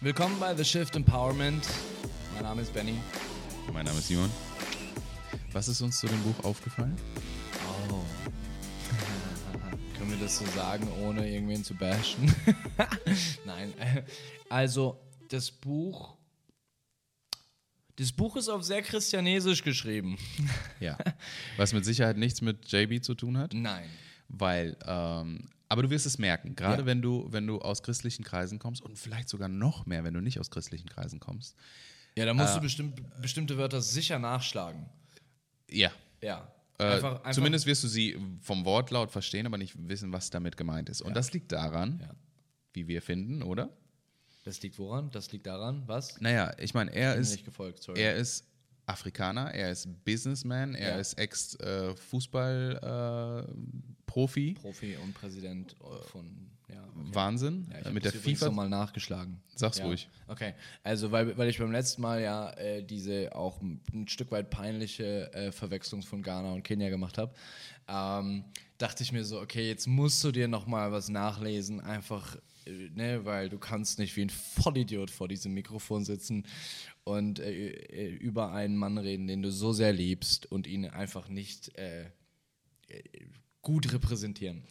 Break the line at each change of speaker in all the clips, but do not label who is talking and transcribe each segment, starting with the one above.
Willkommen bei The Shift Empowerment. Mein Name ist Benny.
Mein Name ist Simon. Was ist uns zu dem Buch aufgefallen?
Oh. Können wir das so sagen, ohne irgendwen zu bashen? Nein. Also, das Buch. Das Buch ist auf sehr christianesisch geschrieben.
Ja. Was mit Sicherheit nichts mit JB zu tun hat,
Nein.
weil, ähm, aber du wirst es merken, gerade
Ja.
wenn, du, wenn du aus christlichen Kreisen kommst und vielleicht sogar noch mehr, wenn du nicht aus christlichen Kreisen kommst.
Ja, da musst du bestimmt, bestimmte Wörter sicher nachschlagen.
Ja.
Ja.
Äh, Zumindest wirst du sie vom Wortlaut verstehen, aber nicht wissen, was damit gemeint ist. Und das liegt daran,
Ja.
wie wir finden, oder?
Das liegt woran? Das liegt daran, was?
Naja, ich meine, er
Bin mir
ist
nicht gefolgt, sorry.
Er ist Afrikaner, er ist Businessman, er
Ja.
ist äh, Ex-Fußball-Profi.
Profi und Präsident äh, von. Ja.
Wahnsinn.
Ja,
Äh,
ich hab
mit
das
der
übrigens noch
FIFA.
mal nachgeschlagen.
Sag's
ja.
ruhig.
Okay, also weil, weil ich beim letzten Mal ja äh, diese auch ein ein Stück weit peinliche äh, Verwechslung von Ghana und Kenia gemacht habe, ähm, dachte ich mir so, okay, jetzt musst du dir noch mal was nachlesen, einfach, äh, ne, weil du kannst nicht wie ein Vollidiot vor diesem Mikrofon sitzen und äh, äh, über einen Mann reden, den du so sehr liebst und ihn einfach nicht äh, gut repräsentieren.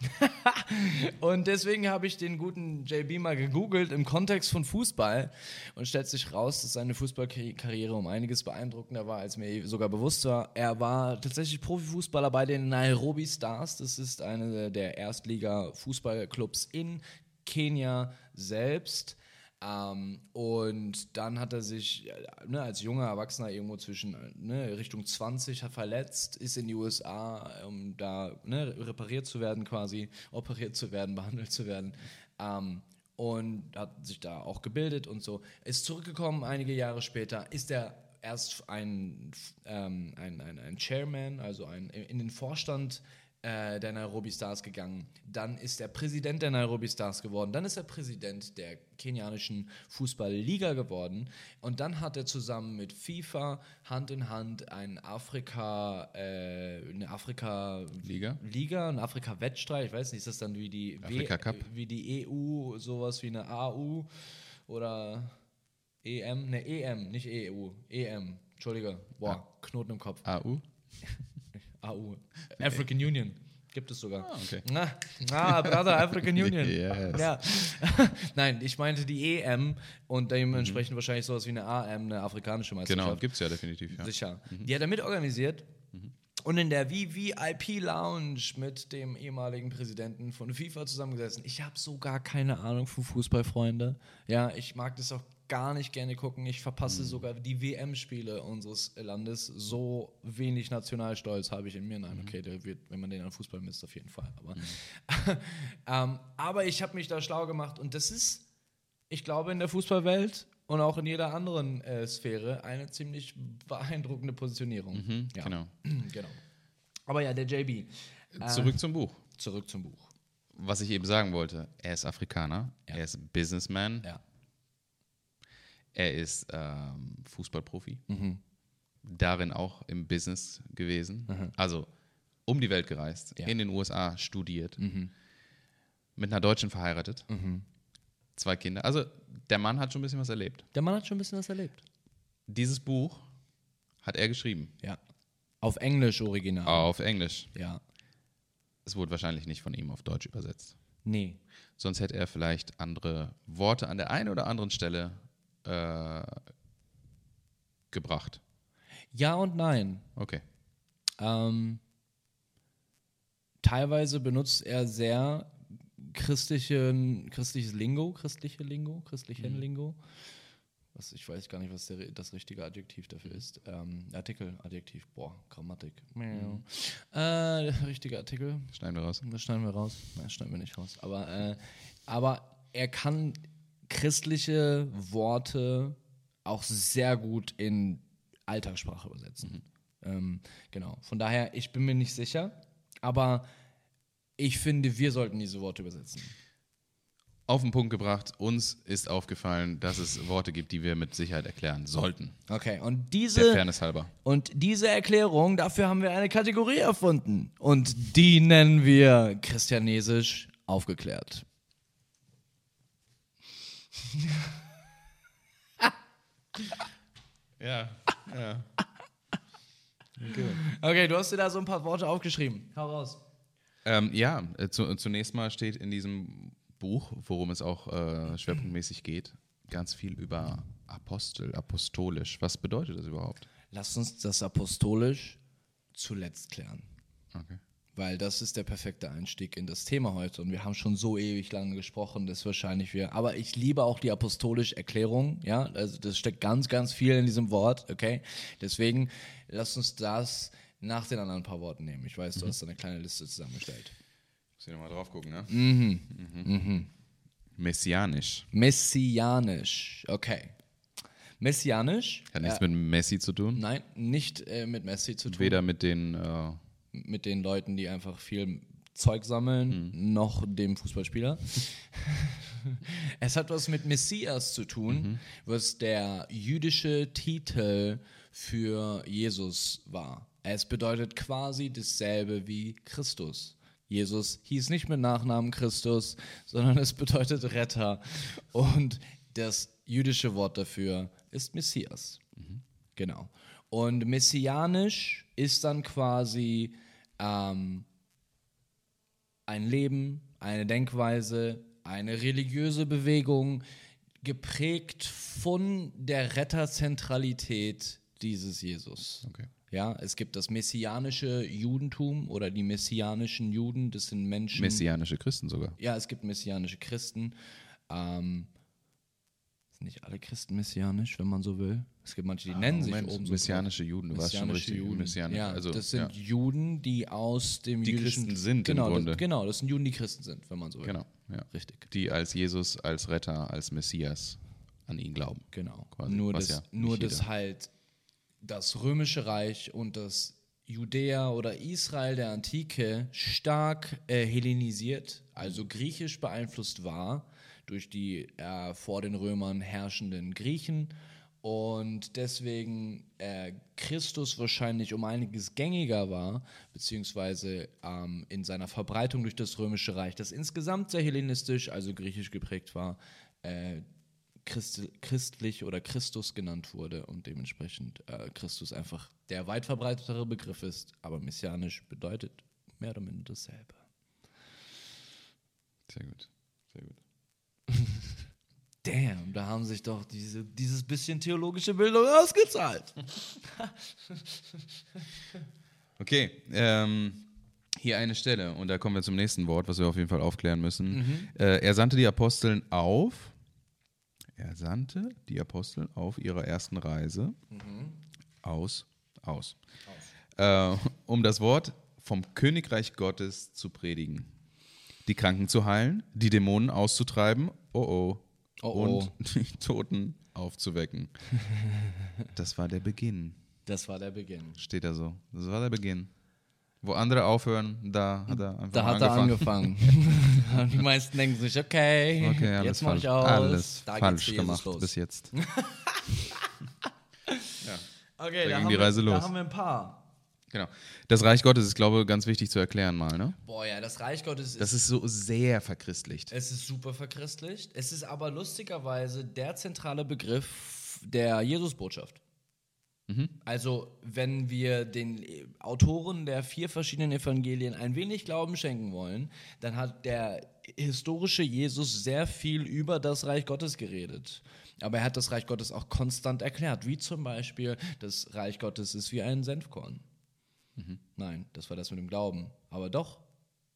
und deswegen habe ich den guten JB mal gegoogelt im Kontext von Fußball und stellt sich raus, dass seine Fußballkarriere um einiges beeindruckender war, als mir sogar bewusst war. Er war tatsächlich Profifußballer bei den Nairobi Stars. Das ist einer der Erstliga-Fußballclubs in Kenia selbst. Ähm, und dann hat er sich äh, ne, als junger Erwachsener irgendwo zwischen äh, ne, Richtung 20 hat verletzt, ist in die USA, um da ne, repariert zu werden quasi, operiert zu werden, behandelt zu werden. Ähm, und hat sich da auch gebildet und so. Ist zurückgekommen einige Jahre später, ist er erst ein, ähm, ein, ein, ein Chairman, also ein, in den Vorstand äh, der Nairobi Stars gegangen. Dann ist er Präsident der Nairobi Stars geworden. Dann ist er Präsident der kenianischen Fußballliga geworden. Und dann hat er zusammen mit FIFA Hand in Hand ein Afrika, äh, eine Afrika
Liga.
Liga, ein Afrika Wettstreit. Ich weiß nicht, ist das dann wie die W-
Afrika Cup.
wie die EU, sowas wie eine AU oder EM, ne EM, nicht EU, EM. Entschuldige, boah, Knoten im Kopf.
AU.
AU. African Union. Gibt es sogar.
Ah, okay.
Na, na, Brother, African Union.
Yes.
Ja. Nein, ich meinte die EM und dementsprechend wahrscheinlich sowas wie eine AM, eine afrikanische Meisterschaft.
Mhm. Genau, gibt's ja definitiv. Ja.
Sicher. Die hat er mitorganisiert. Und in der VIP-Lounge mit dem ehemaligen Präsidenten von FIFA zusammengesessen. Ich habe so gar keine Ahnung von Fußball, Freunde. Ja, ich mag das auch gar nicht gerne gucken. Ich verpasse sogar die WM-Spiele unseres Landes. So wenig Nationalstolz habe ich in mir. Nein, okay, der wird, wenn man den an Fußball misst, auf jeden Fall. Aber, ähm, aber ich habe mich da schlau gemacht und das ist ich glaube, in der Fußballwelt und auch in jeder anderen äh, Sphäre eine ziemlich beeindruckende Positionierung.
Mhm,
ja.
Genau.
genau. Aber ja, der JB. Äh,
Zurück zum Buch.
Zurück zum Buch.
Was ich eben sagen wollte, er ist Afrikaner, er ist Businessman,
Ja.
er ist ähm, Fußballprofi,
Mhm.
darin auch im Business gewesen, also um die Welt
Mhm.
gereist,
Ja. Mhm.
in den USA studiert, mit einer Deutschen verheiratet, zwei Kinder. Also der Mann hat schon ein bisschen was erlebt.
Der Mann hat schon ein bisschen was erlebt.
Dieses Buch hat er geschrieben,
Ja. Auf Englisch original.
auf Englisch.
Ja.
Es wurde wahrscheinlich nicht von ihm auf Deutsch übersetzt.
Nee.
Sonst hätte er vielleicht andere Worte an der einen oder anderen Stelle äh, gebracht.
Ja und nein.
Okay.
Ähm, teilweise benutzt er sehr christlichen, christliches Lingo, christliche Lingo, christlichen Lingo. Was, ich weiß gar nicht, was der, das richtige Adjektiv dafür ist. Ähm, Artikel, Adjektiv, boah, Grammatik. Miau. Äh, der richtige Artikel,
Schneiden wir raus.
das schneiden wir raus. Nein, schneiden wir nicht raus. Aber, äh, aber er kann christliche Worte auch sehr gut in Alltagssprache übersetzen. Ähm, genau. Von daher, ich bin mir nicht sicher, aber ich finde, wir sollten diese Worte übersetzen.
auf den Punkt gebracht. Uns ist aufgefallen, dass es Worte gibt, die wir mit Sicherheit erklären sollten.
Okay, und
Der
diese,
Fairness halber.
und diese Erklärung, dafür haben wir eine Kategorie erfunden. Und die nennen wir Christianesisch aufgeklärt.
Ja, ja.
Okay, du hast dir da so ein paar Worte aufgeschrieben. Hau raus.
Ähm, ja, äh, zu, zunächst mal steht in diesem Buch, worum es auch äh, schwerpunktmäßig geht, ganz viel über Apostel, apostolisch. Was bedeutet das überhaupt?
Lass uns das apostolisch zuletzt klären.
Okay.
Weil das ist der perfekte Einstieg in das Thema heute. Und wir haben schon so ewig lange gesprochen, dass wahrscheinlich wir. Aber ich liebe auch die apostolische Erklärung, ja. Also das steckt ganz, ganz viel in diesem Wort, okay? Deswegen lass uns das nach den anderen paar Worten nehmen. Ich weiß, du hast da eine kleine Liste zusammengestellt.
Muss ich nochmal drauf gucken, ne? Mhm. Messianisch.
Messianisch, okay. Messianisch?
Hat nichts mit Messi zu tun.
Nein, nicht äh, mit Messi zu tun.
Weder mit den. Äh,
mit den Leuten, die einfach viel Zeug sammeln, noch dem Fußballspieler. es hat was mit Messias zu tun, was der jüdische Titel für Jesus war. Es bedeutet quasi dasselbe wie Christus. Jesus hieß nicht mit Nachnamen Christus, sondern es bedeutet Retter. Und das jüdische Wort dafür ist Messias. Genau. Und messianisch ist dann quasi ähm, ein Leben, eine Denkweise, eine religiöse Bewegung, geprägt von der Retterzentralität dieses Jesus.
okay.
Ja, es gibt das messianische Judentum oder die messianischen Juden, das sind Menschen.
Messianische Christen sogar.
ja, es gibt messianische Christen. Ähm, sind nicht alle Christen messianisch, wenn man so will? Es gibt manche, die nennen
Ah, Moment,
sich oben so.
messianische Juden, du warst schon
Messianische
richtig
Juden.
messianisch.
Ja,
also,
das sind Juden, die aus dem
Die
jüdischen
Christen sind im
genau,
Grunde.
Das, genau, das sind Juden, die Christen sind, wenn man so
ja,
will.
genau, ja.
Richtig.
Die als Jesus, als Retter, als Messias an ihn glauben.
Genau.
Quasi,
nur
was
das,
ja
nur
nicht
das
jeder-
halt das römische Reich und das Judäa oder Israel der Antike stark äh, hellenisiert, also
Mhm.
griechisch beeinflusst war durch die äh, vor den Römern herrschenden Griechen und deswegen äh, Christus wahrscheinlich um einiges gängiger war, beziehungsweise ähm, in seiner Verbreitung durch das römische Reich, das insgesamt sehr hellenistisch, also griechisch geprägt war, äh, Christ, christlich oder Christus genannt wurde und dementsprechend äh, Christus einfach der weit verbreitetere Begriff ist, aber messianisch bedeutet mehr oder minder dasselbe.
Sehr gut. Sehr gut.
Damn, da haben sich doch diese, dieses bisschen theologische Bildung ausgezahlt.
Okay, ähm, hier eine Stelle und da kommen wir zum nächsten Wort, was wir auf jeden Fall aufklären müssen.
Mhm.
Äh, er sandte die Aposteln auf. Er sandte die Aposteln auf ihrer ersten Reise
Mhm.
aus, aus, Äh, um das Wort vom Königreich Gottes zu predigen, die Kranken zu heilen, die Dämonen auszutreiben, oh oh,
Oh, oh.
und die Toten aufzuwecken. Das war der Beginn
Das war der Beginn.
steht da so. Das war der Beginn. Wo andere aufhören, da hat er einfach
Da
mal
hat
angefangen.
er angefangen. Und die meisten denken sich, okay,
Okay, alles
jetzt mach
falsch,
ich aus.
alles
da
falsch
geht's für
gemacht
Jesus los.
bis jetzt.
Okay,
Da
da,
ging
haben
die
wir,
Reise
da
los.
haben wir ein paar.
Genau. Das Reich Gottes ist, glaube ich, ganz wichtig zu erklären mal, ne?
Boah, ja, das Reich Gottes ist
Das ist so sehr verchristlicht.
Es ist super verchristlicht. Es ist aber lustigerweise der zentrale Begriff der Jesusbotschaft. Also, wenn wir den äh, Autoren der vier verschiedenen Evangelien ein wenig Glauben schenken wollen, dann hat der historische Jesus sehr viel über das Reich Gottes geredet. Aber er hat das Reich Gottes auch konstant erklärt, wie zum Beispiel, das Reich Gottes ist wie ein Senfkorn. Nein, das war das mit dem Glauben. Aber doch,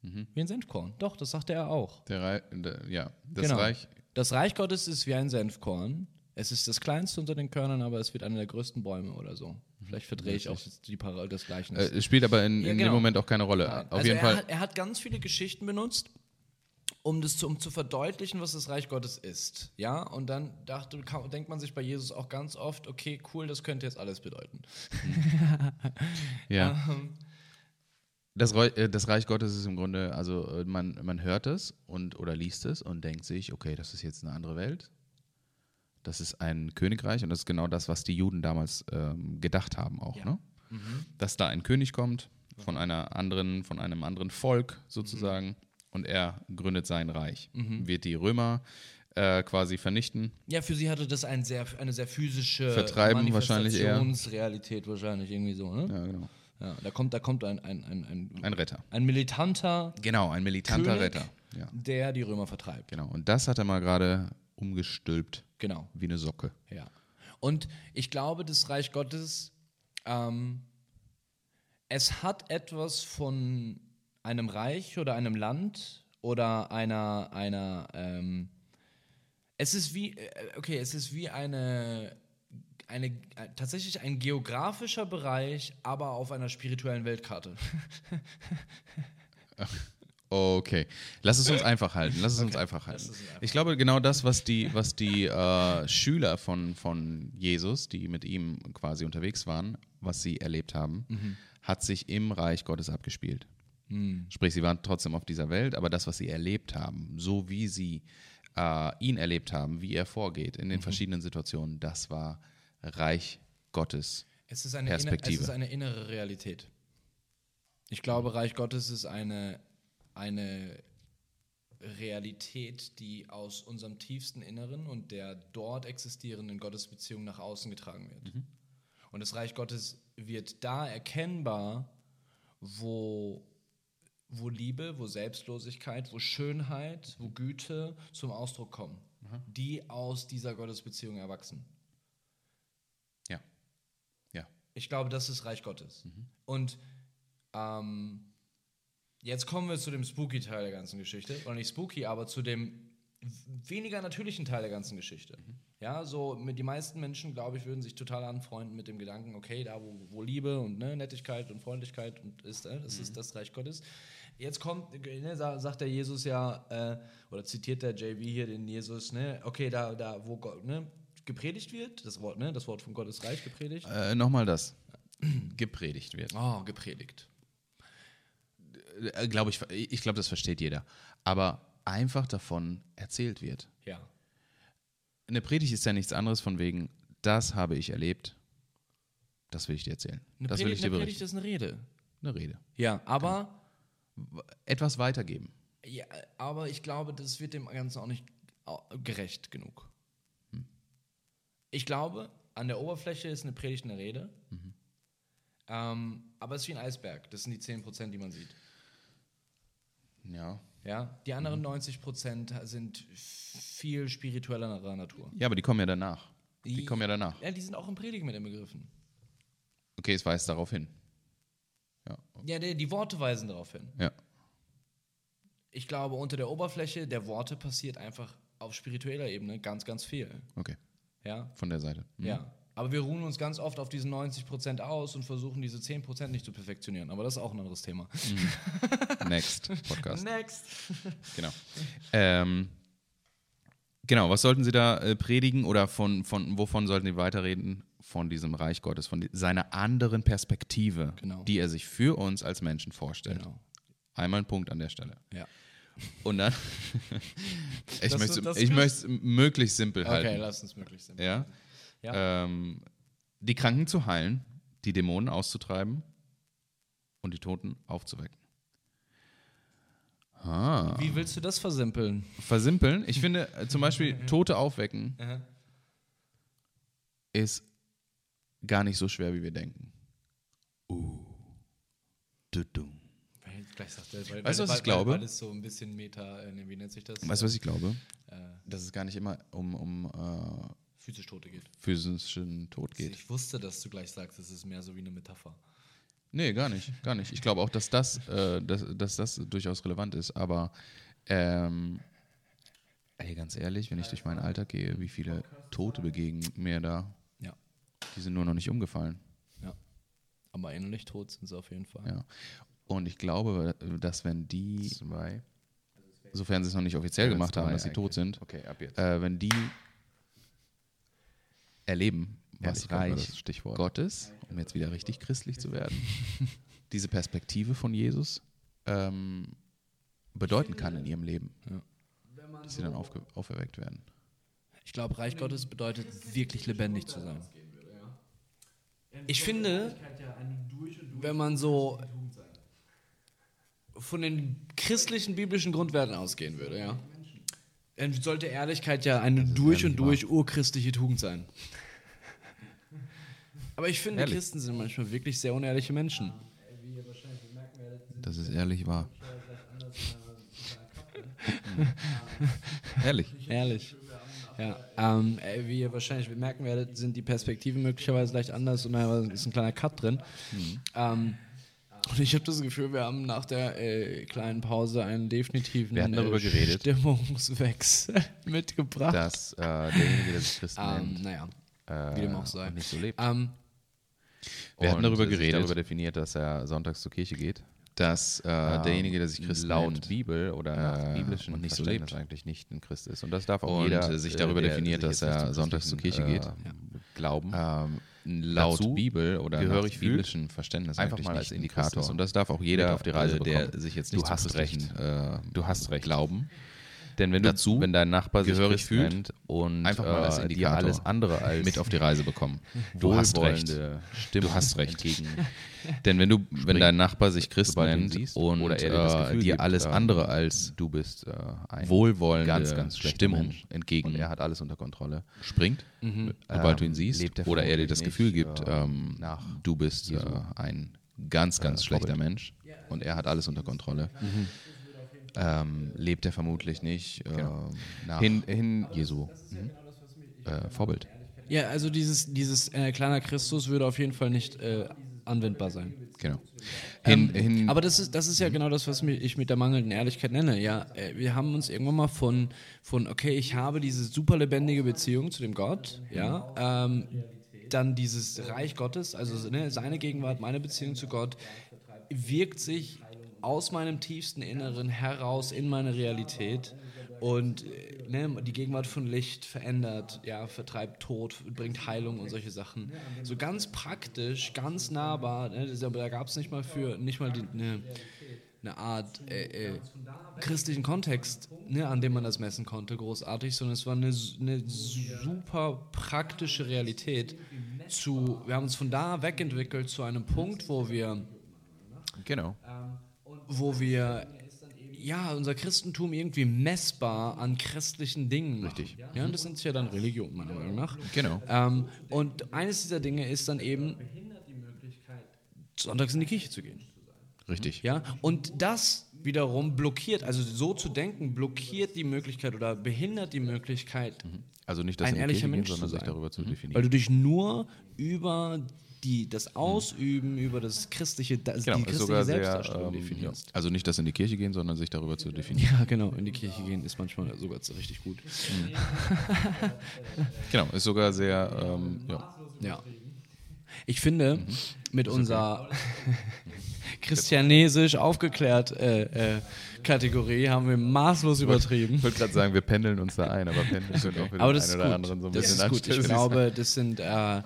wie ein Senfkorn. Doch, das sagte er auch.
Der Reich, der, ja, das
Genau.
Reich.
Das Reich Gottes ist wie ein Senfkorn. Es ist das kleinste unter den Körnern, aber es wird einer der größten Bäume oder so. Vielleicht verdrehe ich auch die Parallel des
Äh,
Gleichnisses.
es spielt aber in, in
Ja, genau.
dem Moment auch keine Rolle. Auf
also
jeden
er,
Fall.
Hat, er hat ganz viele Geschichten benutzt, um das zu, um zu verdeutlichen, was das Reich Gottes ist. Ja, und dann dachte, ka- denkt man sich bei Jesus auch ganz oft, okay, cool, das könnte jetzt alles bedeuten.
ja. Das, Reu äh, das Reich Gottes ist im Grunde, also äh, man, man hört es und oder liest es und denkt sich, okay, das ist jetzt eine andere Welt. Das ist ein Königreich und das ist genau das, was die Juden damals ähm, gedacht haben auch,
Ja.
ne? Dass da ein König kommt von einer anderen, von einem anderen Volk sozusagen und er gründet sein Reich, wird die Römer äh, quasi vernichten.
Ja, für sie hatte das ein sehr, eine sehr physische
Vertreiben wahrscheinlich eher.
Manifestationsrealität wahrscheinlich irgendwie so, ne?
Ja, genau.
Ja. da kommt, da kommt ein, ein, ein, ein,
Ein Retter.
ein militanter
Genau, ein militanter
König,
Retter. Ja.
der die Römer vertreibt.
Genau. Und das hat er mal gerade umgestülpt
Genau.
wie eine Socke.
Ja. Und ich glaube, das Reich Gottes, ähm, es hat etwas von einem Reich oder einem Land oder einer, einer, ähm, es ist wie, äh, okay, es ist wie eine, eine, äh, tatsächlich ein geografischer Bereich, aber auf einer spirituellen Weltkarte.
Okay, lass es uns einfach halten. Lass es uns einfach halten. Ich glaube, genau das, was die, was die äh, Schüler von, von Jesus, die mit ihm quasi unterwegs waren, was sie erlebt haben, hat sich im Reich Gottes abgespielt. Sprich, sie waren trotzdem auf dieser Welt, aber das, was sie erlebt haben, so wie sie äh, ihn erlebt haben, wie er vorgeht in den verschiedenen Situationen, das war Reich Gottes.
Es ist eine, inne, es
Perspektive.
ist eine innere Realität. Ich glaube, Reich Gottes ist eine, eine Realität, die aus unserem tiefsten Inneren und der dort existierenden Gottesbeziehung nach außen getragen wird. Und das Reich Gottes wird da erkennbar, wo, wo Liebe, wo Selbstlosigkeit, wo Schönheit, wo Güte zum Ausdruck kommen, die aus dieser Gottesbeziehung erwachsen.
Ja. Ja.
Ich glaube, das ist Reich Gottes. Und ähm, jetzt kommen wir zu dem spooky Teil der ganzen Geschichte. Oder nicht spooky, aber zu dem w- weniger natürlichen Teil der ganzen Geschichte. Ja, so mit die meisten Menschen, glaube ich, würden sich total anfreunden mit dem Gedanken, okay, da wo, wo Liebe und ne, Nettigkeit und Freundlichkeit und ist, äh, das ist das Reich Gottes. Jetzt kommt, äh, ne, sa- sagt der Jesus ja, äh, oder zitiert der JV hier den Jesus, ne, okay, da, da wo Gott, ne, gepredigt wird, das Wort, ne, das Wort von Gottes Reich gepredigt.
Äh, Nochmal das. Gepredigt wird.
Oh, gepredigt.
Äh, glaube ich, ich glaube, das versteht jeder. Aber einfach davon erzählt wird.
Ja.
Eine Predigt ist ja nichts anderes von wegen, das habe ich erlebt, das will ich dir erzählen. das will ich dir
eine
berichten.
ist eine Rede.
Eine Rede.
Ja, aber,
Etwas weitergeben.
ja, aber ich glaube, das wird dem Ganzen auch nicht au- gerecht genug.
Hm.
Ich glaube, an der Oberfläche ist eine Predigt eine Rede.
Mhm.
Ähm, aber es ist wie ein Eisberg. Das sind die 10%, die man sieht.
Ja.
Ja? Die anderen
Mhm.
90% sind viel spirituellerer Natur.
Ja, aber die kommen ja danach. Die
Die-
kommen ja danach.
Ja, die sind auch im Predigen mit inbegriffen.
Okay, es weist darauf hin. Ja.
Ja, die, die Worte weisen darauf hin.
ja.
Ich glaube, unter der Oberfläche der Worte passiert einfach auf spiritueller Ebene ganz, ganz viel.
Okay.
Ja,
Von der Seite. Mhm.
ja. Aber wir ruhen uns ganz oft auf diesen 90% aus und versuchen, diese 10% nicht zu perfektionieren. Aber das ist auch ein anderes Thema.
Next Podcast.
Next.
Genau. Ähm, genau, was sollten sie da äh, predigen oder von, von wovon sollten sie weiterreden? Von diesem Reich Gottes, von die, seiner anderen Perspektive,
Genau.
die er sich für uns als Menschen vorstellt.
Genau.
Einmal ein Punkt an der Stelle.
Ja.
Und dann. ich
Das-
möchte
das
ich
kann-
möchte es möglichst simpel
Okay,
halten.
lass uns möglich sein.
Ja? Ähm, die Kranken zu heilen, die Dämonen auszutreiben und die Toten aufzuwecken. Ah.
Wie willst du das versimpeln?
versimpeln. Ich finde äh, zum Beispiel Tote aufwecken
Aha.
ist gar nicht so schwer, wie wir denken. Uh.
Weil Gleich sagt er, weil,
Weißt du,
weil-
was ich
weil-
glaube?
Weil es so ein bisschen Meta, äh, nee, wie nennt sich das?
Weißt du, was ich glaube?
Äh,
Dass es gar nicht immer um, um äh,
physisch Tote geht.
physischen Tod geht.
Ich wusste, dass du gleich sagst, es ist mehr so wie eine Metapher.
Nee, gar nicht, gar nicht. Ich glaube auch, dass das, äh, dass, dass das durchaus relevant ist, aber ähm, ey, ganz ehrlich, wenn ich durch meinen Alltag gehe, wie viele Tote begegnen mir da,
Ja.
die sind nur noch nicht umgefallen.
Ja. Aber innerlich tot sind sie auf jeden Fall.
Ja. Und ich glaube, dass wenn die, sofern sie es noch nicht offiziell
Ja,
gemacht haben,
zwei
dass sie tot sind,
Okay, ab jetzt.
äh, wenn die erleben, was
Ehrlichkeit war
Reich
das Stichwort.
Gottes, um jetzt wieder richtig christlich zu werden, diese Perspektive von Jesus ähm, bedeuten kann in ihrem Leben. Dass sie dann aufge auferweckt werden.
Ich glaube, Reich Gottes bedeutet wirklich lebendig zu sein.
Ich finde,
Wenn man so von den christlichen biblischen Grundwerten ausgehen würde, ja, dann sollte Ehrlichkeit ja eine durch
ja
und
nicht
durch urchristliche Tugend sein. Aber ich finde,
Ehrlich.
Christen sind manchmal wirklich sehr unehrliche Menschen.
Das ist ehrlich wahr. ehrlich.
Ehrlich. Ja, ähm, äh, wie ihr wahrscheinlich bemerken werdet, sind die Perspektiven möglicherweise leicht anders und da ist ein kleiner Cut drin.
Mhm.
Ähm, und ich habe das Gefühl, wir haben nach der äh, kleinen Pause einen definitiven
Wir hatten darüber
äh,
geredet.
Stimmungswechsel mitgebracht.
Dass äh, derjenige, der sich Christen
ähm,
nennt,
naja,
äh,
wie dem auch sei.
nicht so lebt.
Ähm,
Wir hatten
Und
darüber
sich
geredet,
darüber
definiert, dass er sonntags zur Kirche geht. Dass äh, derjenige, der sich Christ
laut
nennt,
Bibel oder
äh,
nach biblischem
und nicht so
Verständnis
lebt.
eigentlich nicht ein Christ ist. Und das darf auch
Und,
jeder,
äh, sich darüber
der
definiert,
sich
dass
jetzt nicht
er
zum
sonntags zur
christlichen,
Kirche geht.
äh, Glauben
ähm,
laut
dazu
Bibel oder
gehörig
nach
fühlt,
biblischem Verständnis
einfach
eigentlich
mal
nicht
als
ein
Indikator.
Christ ist. Und das darf auch jeder,
mit auf die Reise
äh, der
bekommen.
sich jetzt
Du
nicht zum
hast
christlichen,
recht.
Äh,
du hast recht. Glauben.
denn wenn,
Dazu
du, wenn dein Nachbar sich
gehörig
Christ
fühlt,
nennt und
einfach mal als
äh, dir
Indikator
alles andere als
mit auf die Reise bekommen.
du hast recht.
Stimmt. Du hast recht.
entgegen
Denn wenn du, wenn dein Nachbar sich Christ
sobald du ihn
nennt
siehst
und
oder er dir das
äh,
Gefühl
dir
gibt,
alles
äh,
andere als
du bist äh, ein
wohlwollende
ganz, ganz schlechter
Stimmung
Mensch.
entgegen
und er hat alles unter Kontrolle.
springt, sobald du ihn
Ähm,
siehst
lebt er
oder er dir
vermutlich
das Gefühl
nicht,
gibt,
äh,
ähm,
nach
du bist äh,
Jesu
ein ganz, ganz
äh,
schlechter
Vorbild.
Mensch und er hat alles unter Kontrolle, ähm, lebt er vermutlich nicht äh, nach
Hin, hin
Jesu
genau
äh, Vorbild.
ja, also dieses, dieses äh, kleiner Christus würde auf jeden Fall nicht äh, anwendbar sein.
Genau. Hin,
Ähm,
hin,
aber das ist, das ist ja genau das, was mi- ich mit der mangelnden Ehrlichkeit nenne. Ja, äh, wir haben uns irgendwann mal von, von okay, ich habe diese super lebendige Beziehung zu dem Gott, ja, ähm, dann dieses Reich Gottes, also ne, seine Gegenwart, meine Beziehung zu Gott, wirkt sich aus meinem tiefsten Inneren heraus in meine Realität. Und äh, ne, die Gegenwart von Licht verändert, ja, vertreibt Tod, bringt Heilung und solche Sachen. So ganz praktisch, ganz nahbar. Ne, das- aber da gab es nicht mal für, nicht mal die, ne, eine Art äh, äh, christlichen Kontext, ne, an dem man das messen konnte, großartig, sondern es war eine, s- eine super praktische Realität. Zu, wir haben uns von da wegentwickelt zu einem Punkt, wo wir
genau.
wo wir ja unser Christentum irgendwie messbar an christlichen Dingen machen. Richtig. Ja, und das nennt sich ja dann Religion, meiner Meinung nach.
Genau.
Ähm, und eines dieser Dinge ist dann eben, sonntags in die Kirche zu gehen.
Richtig.
Ja, und das wiederum blockiert, also so zu denken, blockiert die Möglichkeit oder behindert die Möglichkeit,
Also nicht, dass
Ein
er in die
ehrlicher
Kirche
Mensch
geht,
zu
sondern sich
sein.
darüber zu
weil
definieren.
du dich nur über die, das Ausüben, über das christliche, das, die
ist
christliche
ähm,
Selbstdarstellung
ja.
definierst.
Also nicht, dass er in die Kirche gehen, sondern sich darüber zu definieren.
Ja, genau. In die Kirche gehen ist manchmal sogar richtig gut.
Genau, ist sogar sehr, ähm, ja.
Ja. Ich finde,
Mhm.
mit unserer christianesisch aufgeklärt äh, äh, Kategorie haben wir maßlos übertrieben.
Ich wollte gerade sagen, wir pendeln uns da ein, aber pendeln sind auch für
Aber
den
das
einen
ist
oder
gut.
anderen so ein
das
bisschen
ist gut. Ich
anstößig.
glaube, das sind. Äh,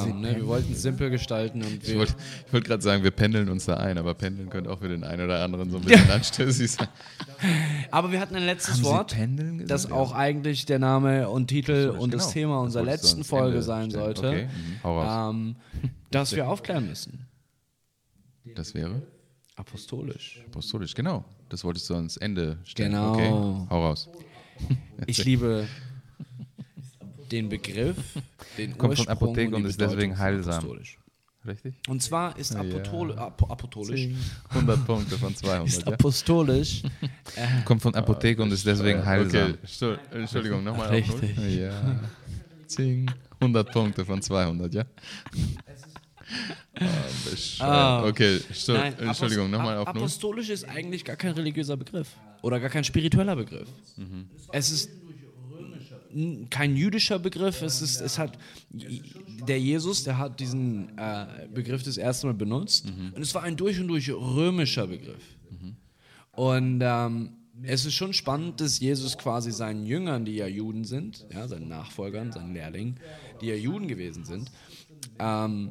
ähm, ne, wir wollten es simpel gestalten und
Ich
wir.
wollte wollt gerade sagen, wir pendeln uns da ein, aber pendeln könnte auch für den einen oder anderen so ein bisschen anstößig sein.
Aber wir hatten ein letztes Wort,
pendeln gesagt?
das auch eigentlich der Name und Titel
das
und das
genau.
Thema
Das
unserer
wolltest du
letzten
ans
Folge
Ende
sein
stellen.
sollte,
Okay, mhm. hau raus.
ähm, dass wir aufklären müssen.
Das wäre
Apostolisch.
apostolisch, genau. Das wolltest du ans Ende stellen.
Genau.
Okay, hau raus.
Ich liebe den Begriff, den
Kommt
Ursprung
von Apotheke
die
und ist
Bedeutung
deswegen
von
heilsam.
Apostolisch.
Richtig?
Und zwar ist apostolisch, apostolisch,
100 Punkte von 200.
ist apostolisch
Kommt von Apotheke und ist deswegen heilsam.
Äh, Okay,
Entschuldigung, nochmal.
Richtig.
Ja. Zing. 100 Punkte von 200, ja? Oh, bescheuert.
Ah.
okay, Stu-
Nein,
Entschuldigung,
Apos-
nochmal
Ap-
auf Null.
Apostolisch ist eigentlich gar kein religiöser Begriff oder gar kein spiritueller Begriff.
Mhm.
Es ist n- kein jüdischer Begriff, es ist, es hat, j- der Jesus, der hat diesen äh, Begriff das erste Mal benutzt
Mhm.
und es war ein durch und durch römischer Begriff. Und ähm, es ist schon spannend, dass Jesus quasi seinen Jüngern, die ja Juden sind, ja, seinen Nachfolgern, seinen Lehrlingen, die ja Juden gewesen sind, ähm,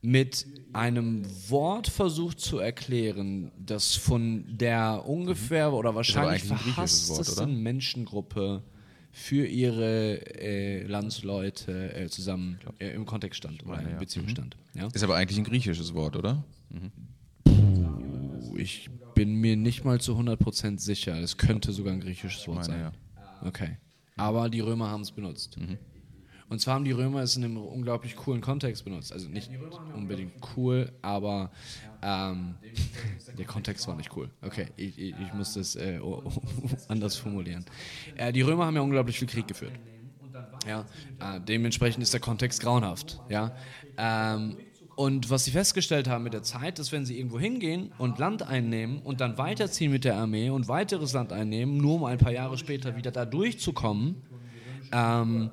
mit einem Wort versucht zu erklären, das von der ungefähr oder wahrscheinlich
Mhm. eigentlich ein griechisches Wort,
verhasstesten Menschengruppe für ihre äh, Landsleute äh, zusammen äh, im Kontext stand oder in Beziehung stand.
Mhm.
Ja?
Ist aber eigentlich ein griechisches Wort, oder?
Ich bin mir nicht mal zu 100% sicher. Es könnte sogar ein griechisches Wort sein. Okay. Aber die Römer haben es benutzt. Und zwar haben die Römer es in einem unglaublich coolen Kontext benutzt. Also nicht unbedingt cool, aber ähm, der Kontext war nicht cool. Okay, ich, ich, ich muss das äh, anders formulieren. Äh, die Römer haben ja unglaublich viel Krieg geführt. Ja, äh, dementsprechend ist der Kontext grauenhaft. Ja, ähm, und was sie festgestellt haben mit der Zeit, ist, wenn sie irgendwo hingehen und Land einnehmen und dann weiterziehen mit der Armee und weiteres Land einnehmen, nur um ein paar Jahre später wieder da durchzukommen, ähm,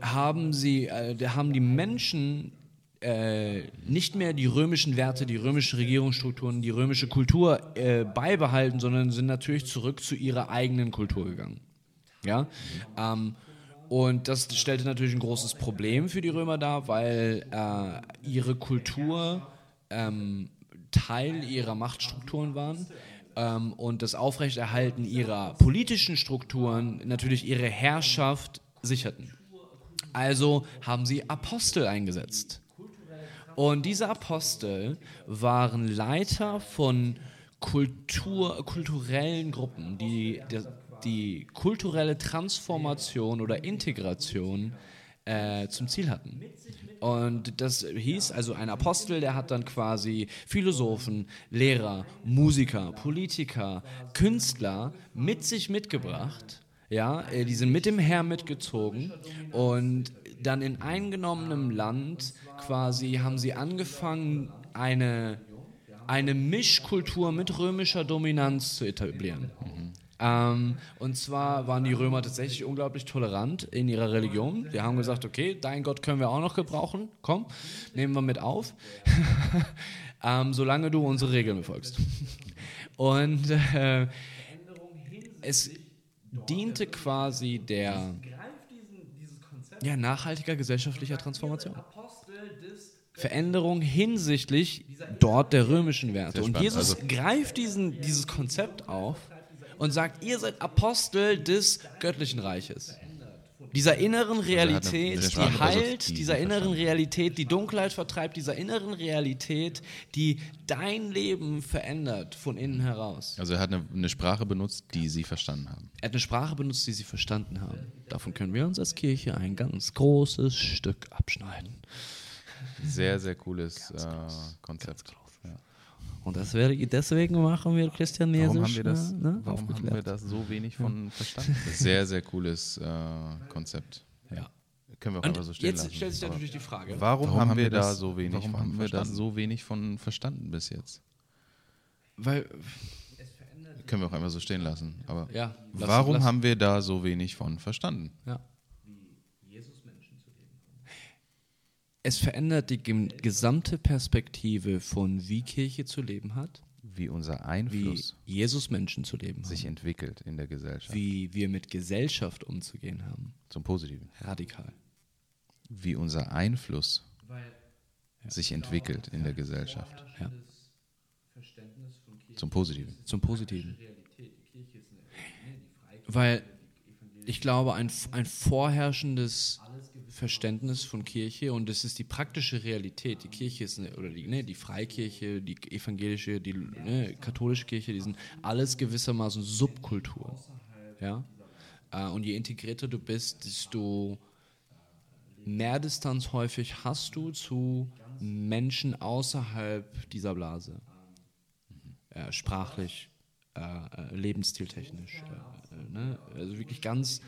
haben sie, äh, da haben die Menschen äh, nicht mehr die römischen Werte, die römische Regierungsstrukturen, die römische Kultur äh, beibehalten, sondern sind natürlich zurück zu ihrer eigenen Kultur gegangen. Ja? Ähm, und das stellte natürlich ein großes Problem für die Römer dar, weil äh, ihre Kultur ähm, Teil ihrer Machtstrukturen waren ähm, und das Aufrechterhalten ihrer politischen Strukturen natürlich ihre Herrschaft sicherten. Also haben sie Apostel eingesetzt. Und diese Apostel waren Leiter von Kultur, kulturellen Gruppen, die die- die kulturelle Transformation oder Integration äh, zum Ziel hatten. Und das hieß also ein Apostel, der hat dann quasi Philosophen, Lehrer, Musiker, Politiker, Künstler mit sich mitgebracht. Ja, äh, die sind mit dem Herr mitgezogen und dann in eingenommenem Land quasi haben sie angefangen, eine, eine Mischkultur mit römischer Dominanz zu etablieren. Ähm, und zwar waren die Römer tatsächlich unglaublich tolerant in ihrer Religion. Die haben gesagt, okay, dein Gott können wir auch noch gebrauchen, komm, nehmen wir mit auf, ähm, solange du unsere Regeln befolgst. Und äh, es diente quasi der ja, nachhaltiger gesellschaftlicher Transformation. Veränderung hinsichtlich dort der römischen Werte. Und Jesus greift diesen, dieses Konzept auf und sagt, ihr seid Apostel des göttlichen Reiches. Dieser inneren Realität,
eine
die
Sprache, also
heilt,
die
dieser inneren Realität, die Dunkelheit vertreibt, dieser inneren Realität, die dein Leben verändert von innen heraus.
Also er hat eine, eine Sprache benutzt, die sie verstanden haben.
Er hat eine Sprache benutzt, die sie verstanden haben. Davon können wir uns als Kirche ein ganz großes Stück abschneiden.
Sehr, sehr cooles äh, Konzept. Ja.
Und das wäre, deswegen machen wir Christianesisch.
Warum haben wir das,
ne, ne,
warum haben wir
aufgeklärt.
das so wenig von verstanden? Sehr, sehr cooles äh, Konzept.
Ja.
Können wir auch
Und
einfach so stehen
jetzt
lassen.
stellt sich
Aber
natürlich die Frage.
warum,
Warum
haben wir da
das-
so wenig
warum
von
haben wir das
verstanden? so wenig von verstanden bis jetzt?
Weil,
Können wir auch einfach so stehen lassen. Aber
Ja, lass-
warum
lass-
haben wir da so wenig von verstanden?
Ja. Es verändert die gem- gesamte Perspektive von, wie Kirche zu leben hat,
Wie unser
wie
Einfluss
Jesus Menschen zu leben haben,
sich entwickelt in der Gesellschaft
wie wir mit Gesellschaft umzugehen haben.
zum Positiven.
Radikal.
Wie unser Einfluss sich entwickelt in der Gesellschaft
Ja.
zum Positiven.
zum Positiven. Weil ich glaube, ein, ein vorherrschendes Verständnis von Kirche und es ist die praktische Realität. Die Kirche ist, eine, oder die, ne, die Freikirche, die evangelische, die ne, katholische Kirche, die sind alles gewissermaßen Subkulturen. Ja? Äh, Und je integrierter du bist, desto mehr Distanz häufig hast du zu Menschen außerhalb dieser Blase äh, sprachlich, äh, äh, lebensstiltechnisch. Äh, äh, ne? Also wirklich ganz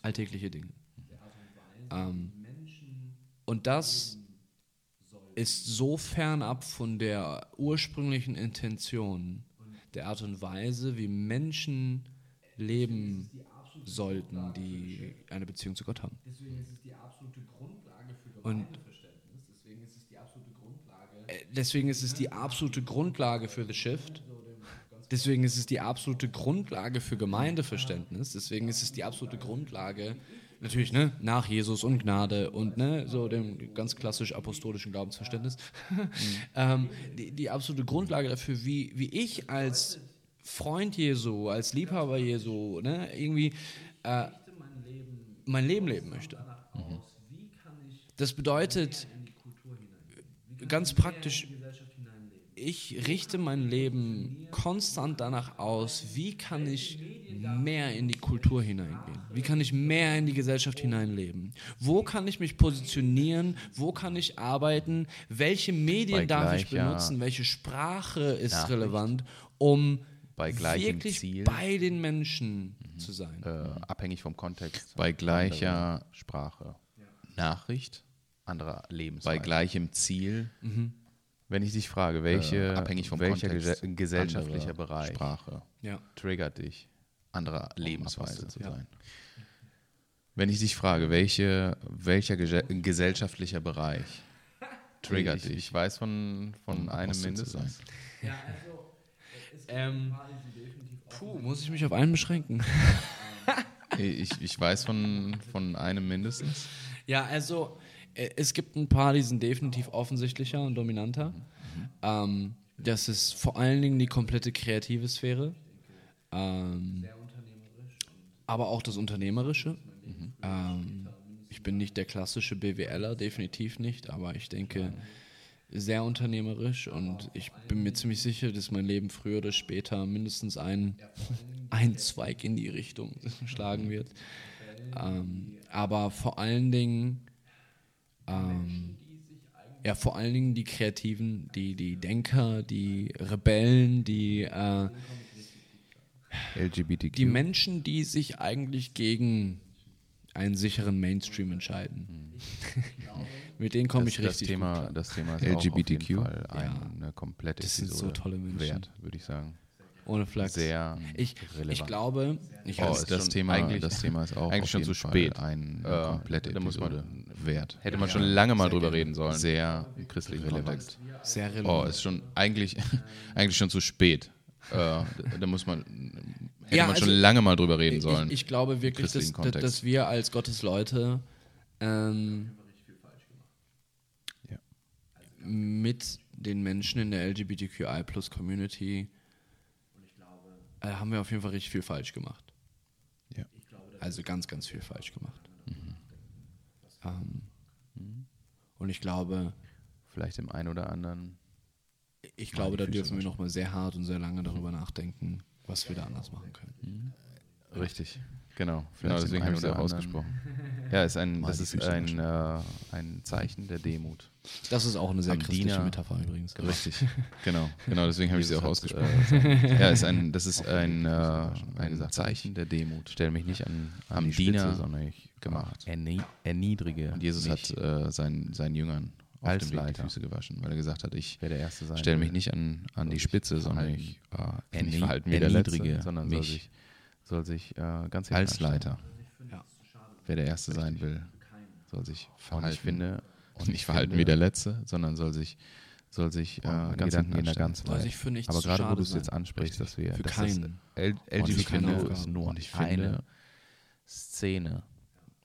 alltägliche Dinge. Ähm, und das ist so fernab von der ursprünglichen Intention, der Art und Weise, wie Menschen leben sollten, die eine Beziehung zu Gott haben. Und äh, deswegen ist es die absolute Grundlage für The Shift. Deswegen ist es die absolute Grundlage für Gemeindeverständnis. Deswegen ist es die absolute Grundlage natürlich, ne, nach Jesus und Gnade und ne, so dem ganz klassisch apostolischen Glaubensverständnis. ähm, die, die absolute Grundlage dafür, wie, wie ich als Freund Jesu, als Liebhaber Jesu, ne, irgendwie äh, mein Leben leben möchte.
Mhm.
Das bedeutet ganz praktisch, ich richte mein Leben konstant danach aus, wie kann ich mehr in die Kultur hineingehen? Wie kann ich mehr in die Gesellschaft hineinleben? Wo kann ich mich positionieren? Wo kann ich arbeiten? Welche Medien
Bei
darf ich
gleicher
benutzen? Welche Sprache ist
Nachricht.
relevant, um
Bei gleichem
wirklich
Ziel.
bei den Menschen zu sein?
Äh, abhängig vom Kontext.
Bei gleicher-
Andere Sprache,
Nachricht
anderer
bei
Lebensweise.
gleichem Ziel. Wenn ich dich frage, welche,
äh, abhängig vom
welcher
Kontext,
Gese- gesellschaftlicher
andere
Bereich
Sprache,
Ja.
triggert dich,
anderer
Lebensweise
Lebensweise
zu sein? Wenn ich dich frage, welche, welcher Gese- gesellschaftlicher Bereich triggert
Ich,
dich?
ich weiß von, von
Um
einem
Apostel zu
mindestens.
also, Ähm, puh, muss ich mich auf einen beschränken?
Ich, ich weiß von, von einem mindestens.
Ja, also äh, es gibt ein paar, die sind definitiv offensichtlicher und dominanter. Ähm, das ist vor allen Dingen die komplette kreative Sphäre. Ähm, aber auch das Unternehmerische. Ähm, ich bin nicht der klassische BWLer, definitiv nicht, aber ich denke sehr unternehmerisch und ich bin mir ziemlich sicher, dass mein Leben früher oder später mindestens ein, ein Zweig in die Richtung schlagen wird. Ähm, aber vor allen Dingen, ähm, ja, vor allen Dingen die Kreativen, die, die Denker, die Rebellen, die, äh,
LGBTQ.
die Menschen, die sich eigentlich gegen einen sicheren Mainstream entscheiden. Mit denen komme
Das,
ich
das,
richtig gut
Thema,
klar.
das Thema ist
LGBTQ?
auch auf jeden Fall ne, eine komplette
Das sind so
Episode
tolle Menschen.
wert, würde ich sagen.
Ohne Flachs.
Sehr
ich, ich
relevant.
glaube, ich
Oh,
Das
weiß-
ist
ist
das,
schon
Thema,
eigentlich-
das Thema ist auch
eigentlich
auf
schon
jeden
zu
Fall
spät.
ein
Äh,
äh, komplette
da muss man-
Episode wert.
Hätte man schon lange mal drüber reden sollen.
Sehr im christlichen Kontext.
sehr relevant.
Oh, ist schon eigentlich, eigentlich schon zu spät. Äh, da, da muss man, hätte
Ja,
man schon
also-
lange mal drüber reden sollen.
Ich, ich glaube wirklich, dass,
christlichen
dass
Kontext.
dass wir als Gottesleute ähm,
Ja.
mit den Menschen in der LGBTQI Community äh, haben wir auf jeden Fall richtig viel falsch gemacht.
Ja.
Also ganz, ganz viel falsch gemacht.
Mhm.
Ähm, und ich glaube,
Vielleicht dem einen oder anderen.
ich glaube, da dürfen wir nochmal sehr hart und sehr lange darüber nachdenken, was wir da anders machen können.
Richtig.
genau,
Vielleicht
genau
dem
deswegen
einen
habe ich es
oder
auch
anderen-
ausgesprochen.
Ja, ist ein,
Mal
das
die
ist
Füße
ein, äh, ein Zeichen der Demut.
Das ist auch eine sehr
Am
christliche
Diener-
Metapher übrigens.
Richtig, genau, genau deswegen habe ich es
Jesus
auch
hat, äh,
ausgesprochen. ja, ist ein, das ist ein, äh, ein Zeichen der Demut.
Stell mich nicht an, an
Am
die Spitze,
Diener
sondern ich
gemacht.
erni- erniedrige.
Und Jesus
mich.
hat äh, seinen, seinen Jüngern auf
Als
dem Weg
Leiter.
die Füße gewaschen, weil er gesagt hat, ich
wer der Erste sein
stelle mich
will.
nicht an, an die Spitze, sondern ich äh,
Erni-
nicht verhalten wie der
erniedrige
Letzte, sondern
sondern soll
mich
sich, soll sich äh, ganz hinten
als
anstellen.
Leiter.
Ja.
Wer der Erste sein will, soll sich
Und
verhalten.
ich finde,
und nicht verhalten wie der Letzte, sondern soll sich, soll sich äh,
äh,
ganz hinten
Gedanken gehen da
anstellen.
ganz
Soll
weit.
sich für nichts
Aber
zu
gerade wo
schade
du es jetzt
sein.
ansprichst, dass wir
Für
dass
keinen.
Das L-
keine
LGBTQ ist
Aufgaben.
nur
Und ich finde-
eine Szene.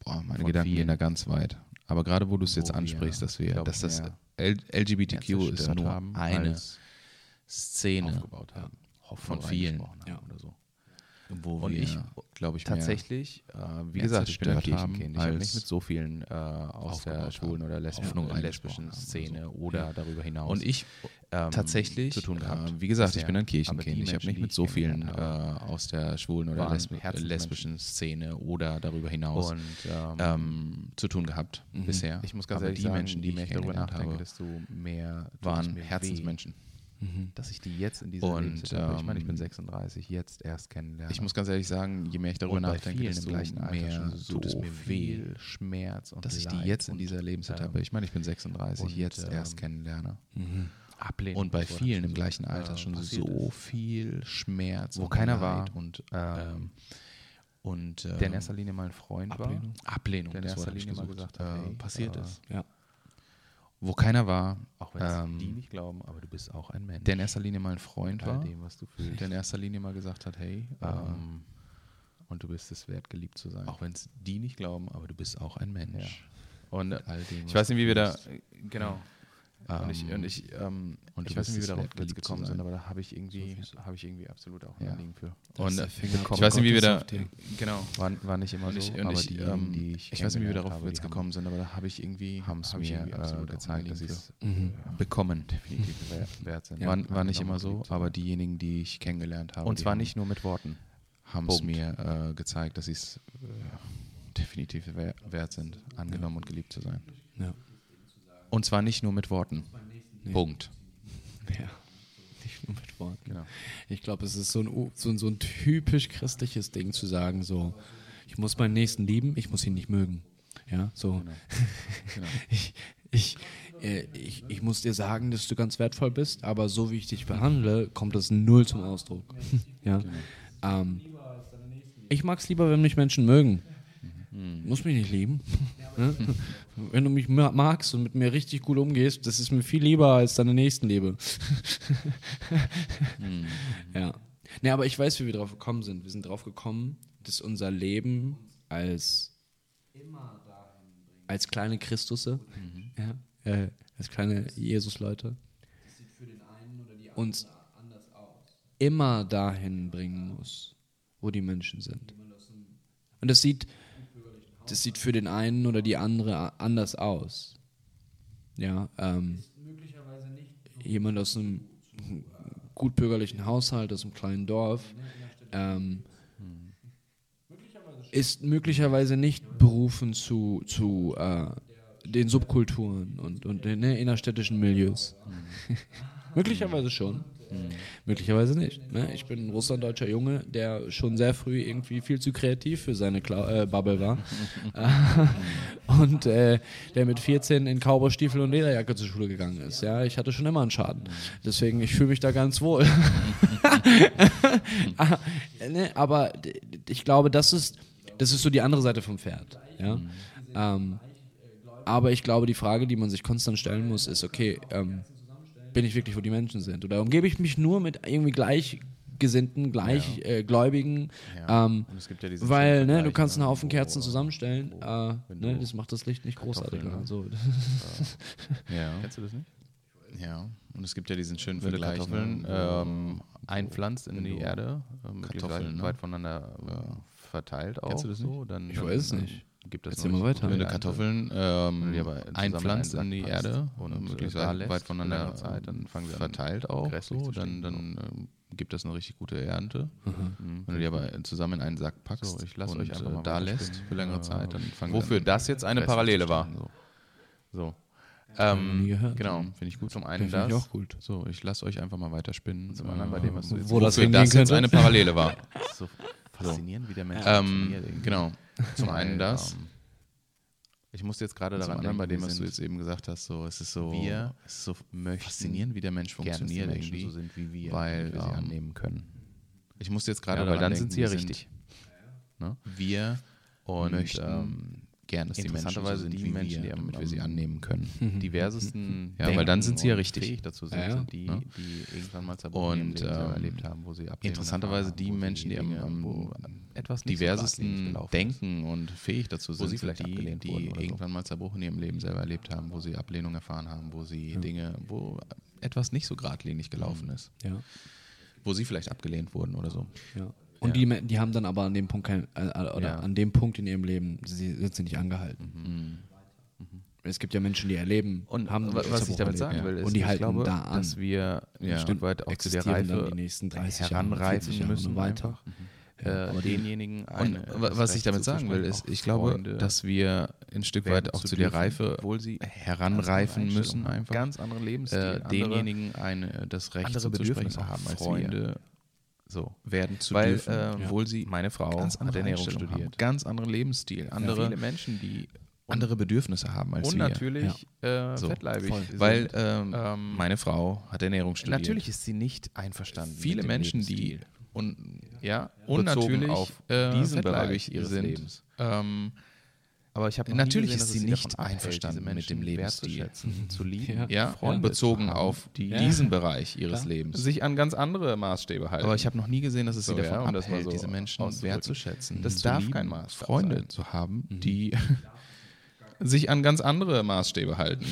Boah, meine
Von
Gedanken gehen
vielen.
da ganz weit. Aber gerade wo du es jetzt
Wo wir,
ansprichst, dass wir,
glaub ich,
dass das
mehr
L- LGBTQ ist
zerstört
nur
haben,
eine
als
Szene
aufgebaut haben.
von vielen.
Ja.
Oder so.
wo
Und
wir,
ich-
glaube ich, mehr
Tatsächlich, äh, wie
mehr
gesagt, ich bin ein
zerstört haben,
Kirchenkind. Ich habe
als
nicht mit so vielen äh, aus der
aufgebaut
schwulen
haben.
oder lesbischen,
Hoffnung
oder
reingesprochen
lesbischen
haben oder so.
Szene oder darüber hinaus.
Und ich
ähm,
tatsächlich,
zu tun gehabt.
äh, wie gesagt, ich
bisher.
bin ein
Aber die
Kirchenkind. Ich habe
Menschen,
nicht
die
mit so vielen äh,
kennengelernt habe,
aus der schwulen oder
waren
lesb äh,
Herzensmenschen.
lesbischen Szene oder darüber hinaus
Und ähm, mhm.
ähm, zu tun gehabt bisher.
ich muss ganz
Aber
ehrlich
die
sagen,
Menschen, die
je mehr
ich
ich darüber
kennengelernt
nachdenke,
habe,
desto mehr tut es
waren
mir weh,
Herzensmenschen.
Mhm,
dass ich die jetzt in dieser
Und,
Lebensetappe, ich meine, ich bin
ähm,
36, jetzt erst kennenlerne.
Ich muss ganz ehrlich sagen, je mehr ich darüber
und bei
nachdenke,
vielen im
desto
gleichen Alter
mehr
schon
tut es mir weh,
viel Schmerz und
dass ich die
Leid
jetzt in
und ähm,
dieser Lebensetappe, ich meine, ich bin 36,
und,
jetzt erst
ähm,
kennenlerne.
mhm.
ablehne.
Und bei
was vorher
vielen
schon
im
so,
gleichen Alter
äh,
schon
passiert
so
ist.
viel Schmerz,
Wo
und
keiner
Leid
war.
und
ähm,
und
der
ähm,
in erster Linie mal ein Freund
Ablehnung?
Ablehnung,
der in
das
erster
Wort hab ich
Linie mal
gesucht,
gesagt hat,
äh,
ey,
passiert
äh,
ist,
Ja.
wo keiner war,
war, auch wenn es die
ähm,
nicht glauben, aber du bist auch ein Mensch.
der in erster Linie mal ein Freund
bei
war,
dem, was du fühlst.
der in erster Linie mal gesagt hat, hey, ähm,
Ähm, Und du bist es wert, geliebt zu sein. Auch wenn es die nicht glauben, aber du bist auch ein Mensch.
Und äh,
Mit all dem,
ich weiß
was
nicht,
du
wie wir da.
tust.
Genau. und ich, und ich, ähm,
und
ich
du
weiß nicht, wie
bist
wir
es
darauf
wert, geliebt zu
gekommen sind,
sein.
aber da habe ich irgendwie, habe ich irgendwie absolut auch ein
Ja.
Anliegen für.
Das ist
Und
der
äh,
Finger
ich weiß nicht, wie wir da.
Gottes auf dir.
Genau.
War, war nicht immer
Und ich,
so,
und
aber
ich,
diejenigen,
ähm,
die ich,
ich weiß nicht, wie wir
kennengelernt
darauf
habe,
jetzt
die haben-
gekommen sind, aber da habe ich irgendwie,
haben es
hab ich
mir
irgendwie
äh,
absolut auch ein
gezeigt, dass
Anliegen für.
ich es
Mhm.
bekommen definitiv wer- wert sind.
War, war nicht immer so, aber diejenigen, die ich kennengelernt habe,
und
die
zwar
haben-
nicht nur mit Worten.
haben es
Punkt.
mir äh, gezeigt, dass sie es äh, definitiv wer wert sind, angenommen und geliebt zu sein.
Ja.
Und zwar nicht nur mit Worten. Punkt.
Ja. Nicht nur mit Worten.
Genau.
Ich glaube, es ist so ein, U- so, ein, so ein typisch christliches Ding zu sagen, so, ich muss meinen Nächsten lieben, ich muss ihn nicht mögen. Ja, so. ich, ich, äh, ich, ich muss dir sagen, dass du ganz wertvoll bist, aber so wie ich dich behandle, kommt das null zum Ausdruck. ja. Ähm, ich mag es lieber, wenn mich Menschen mögen. Muss mich nicht lieben. Ne? Wenn du mich ma- magst und mit mir richtig gut umgehst, das ist mir viel lieber als deine Nächstenliebe. Hm. Ja. Ne, aber ich weiß, wie wir drauf gekommen sind. Wir sind drauf gekommen, dass unser Leben als als kleine Christusse, ja, äh, als kleine Jesus-Leute, uns immer dahin bringen muss, wo die Menschen sind. Und das sieht, das sieht für den einen oder die andere a- anders aus. Ja, ähm, jemand aus einem gutbürgerlichen Haushalt, aus einem kleinen Dorf, ähm, ist möglicherweise nicht berufen zu, zu äh, den Subkulturen und, und den ne, innerstädtischen Milieus. möglicherweise schon. Möglicherweise nicht. Ne? Ich bin ein russlanddeutscher Junge, der schon sehr früh irgendwie viel zu kreativ für seine Kla äh, Bubble war. und äh, der mit 14 in Cowboystiefel und Lederjacke zur Schule gegangen ist. Ja, ich hatte schon immer einen Schaden. Deswegen, ich fühle mich da ganz wohl. Ah, ne, aber d- d- ich glaube, das ist, das ist so die andere Seite vom Pferd. Ja? Ähm, aber ich glaube, die Frage, die man sich konstant stellen muss, ist, okay, ähm, bin ich wirklich, wo die Menschen sind? Oder umgebe ich mich nur mit irgendwie Gleichgesinnten, Gleichgläubigen?
Ja.
ähm,
Und es gibt ja diesen
weil,
schönen
ne, du
Vergleich,
kannst
ne,
einen Haufen
wo-
Oh,
Kerzen zusammenstellen, äh,
wenn
ne,
du
das macht das Licht nicht großartig.
ne?
Kartoffeln,
So.
Ja.
Kennst du das nicht?
ja. Und es gibt ja diesen schönen
Wenn du
Vergleich.
Kartoffeln
ne,
ähm, einpflanzt in
wenn
die
du
Erde, ähm, möglichst
Kartoffeln,
weit,
ne?
weit voneinander äh, verteilt auch
Kennst du das
so, dann,
Ich weiß es
dann, ähm,
nicht.
Gibt das
Erzähl
noch
mal
nicht.
weiter.
wenn
Wenn
du
eine
Kartoffeln ähm,
wenn du die aber zusammen
einpflanzt
in
in
einen
die
Sack passt
Erde
und,
und
äh,
möglichst
da
weit,
lässt
weit
für
voneinander
längere Zeit, dann fangen sie an,
verteilt auch
grässlich
so,
zu stinken
dann, dann ähm, gibt das eine richtig gute Ernte.
Mhm.
Wenn du die aber äh, zusammen in einen Sack packst
Mhm. So, ich lass
und
euch einfach
äh,
mal
da
weiterspinnen.
lässt für längere
Äh,
Zeit, dann fangen sie
Wofür
an,
das jetzt eine
besser zu
Parallele war.
stehen, So.
So.
Ähm,
nie gehört.
Genau, finde ich gut. Zum einen
Finde ich
das.
auch gut.
So, ich lasse euch einfach mal weiterspinnen. Zum
anderen bei dem, was du jetzt-
Wo das
wofür
hingehen
das jetzt
könnte?
eine Parallele war.
Das ist so faszinierend, wie der Mensch
ähm,
funktioniert irgendwie.
genau. Zum
Weil,
einen das.
ähm, ich muss jetzt gerade
Zum
daran
anderen
denken,
bei dem,
wir
was du
sind-
jetzt eben gesagt hast, so, es ist so,
Wir
es ist so
möchten
faszinierend, wie der Mensch
gern, dass die
funktioniert
Menschen
irgendwie.
so sind wie wir,
weil,
damit wir sie
ähm,
annehmen können.
Ich muss jetzt gerade
Ja, weil
daran
dann
denken,
sind sie ja
wir
richtig.
ne? Wir und,
möchten
ähm, gern, dass die Menschen so
interessanterweise
sind
die
wie
Menschen, die
wir,
am-
damit wir sie
am-
annehmen können.
Diversesten
Ja, weil dann
Denken
sind sie ja
und
richtig.
Fähig dazu sind,
Ja, ja.
sind die,
Ne?
die irgendwann mal zerbrochen
Und,
und,
ähm,
erlebt haben, wo sie Ablehnung
interessanterweise
erfahren
die
haben, wo sie
Menschen, die am-
Dinge,
am
wo etwas nicht so geradlinig
diversesten
gelaufen ist.
Denken und fähig dazu sind,
sie
sind
vielleicht
die,
abgelehnt
die
wurden oder so.
irgendwann mal Zerbruch in ihrem Leben selber erlebt haben, wo sie Ablehnung erfahren haben, wo sie Dinge, wo etwas nicht so geradlinig
Mhm.
gelaufen ist,
Ja.
wo sie vielleicht abgelehnt wurden oder so.
Ja. Und die, Me- die haben dann aber an dem Punkt kein, äh, äh, oder
Ja.
an dem Punkt in ihrem Leben sie, sind sie nicht angehalten. Es gibt ja Menschen, die erleben
Mhm. Und
haben
wa- was
Zerbruch
ich damit
erlebt.
sagen will, ist,
und die
ich
halten
glaube,
da an.
dass wir
Ja.
ein Stück weit auch zu der
Existieren dann
Reife
die nächsten 30 Jahre, 40
heranreifen
Jahre Mhm.
müssen
und weiter.
einfach. Äh, denjenigen
Und
eine-
wa-
das
was ich
Recht
damit
zu
sagen will,
versprechen,
ist,
auch
ich glaube,
Freunde
dass wir ein Stück weit
werden
auch zu,
zu
der
dürfen,
Reife
obwohl sie
heranreifen müssen,
andere Einstellungen haben,
einfach
ganz andere Lebensstil,
äh,
andere-
denjenigen eine, das Recht
andere Bedürfnisse
zuzusprechen,
haben als wir.
Freunde
so.
werden zu
Weil,
dürfen,
äh,
obwohl sie
Meine Frau
ganz
hat
andere
Ernährung
Einstellungen
studiert.
haben, ganz anderen Lebensstil, andere
Viele Menschen, die
andere Bedürfnisse haben als
und
wir.
natürlich äh,
So.
fettleibig
Voll.
sind.
Weil ähm,
Ähm,
meine Frau hat Ernährung studiert.
natürlich ist sie nicht einverstanden.
Viele
mit dem
Menschen, die
Lebensstil.
und ja
Bezogen
und natürlich
auf
äh,
diesen
fettleibig
Bereich ihres
sind.
Lebens.
Ähm,
Aber ich habe noch nie
Natürlich
gesehen,
ist
dass
sie
es sie
nicht
davon abhält,
einverstanden
diese
mit dem
Menschen
Lebensstil.
wertzuschätzen, zu lieben,
Ja,
Freunde
bezogen
zu haben,
auf
die
diesen Bereich ihres
Klar.
Lebens.
sich an ganz andere Maßstäbe halten.
Aber ich habe noch nie gesehen, dass es
So,
sie davon
ja, um das mal
abhält,
so
diese Menschen
auszudrücken.
wertzuschätzen.
Das
zu
darf
lieben,
kein Maßstab
Freunde
sein.
zu haben, die Mhm. sich an ganz andere Maßstäbe halten.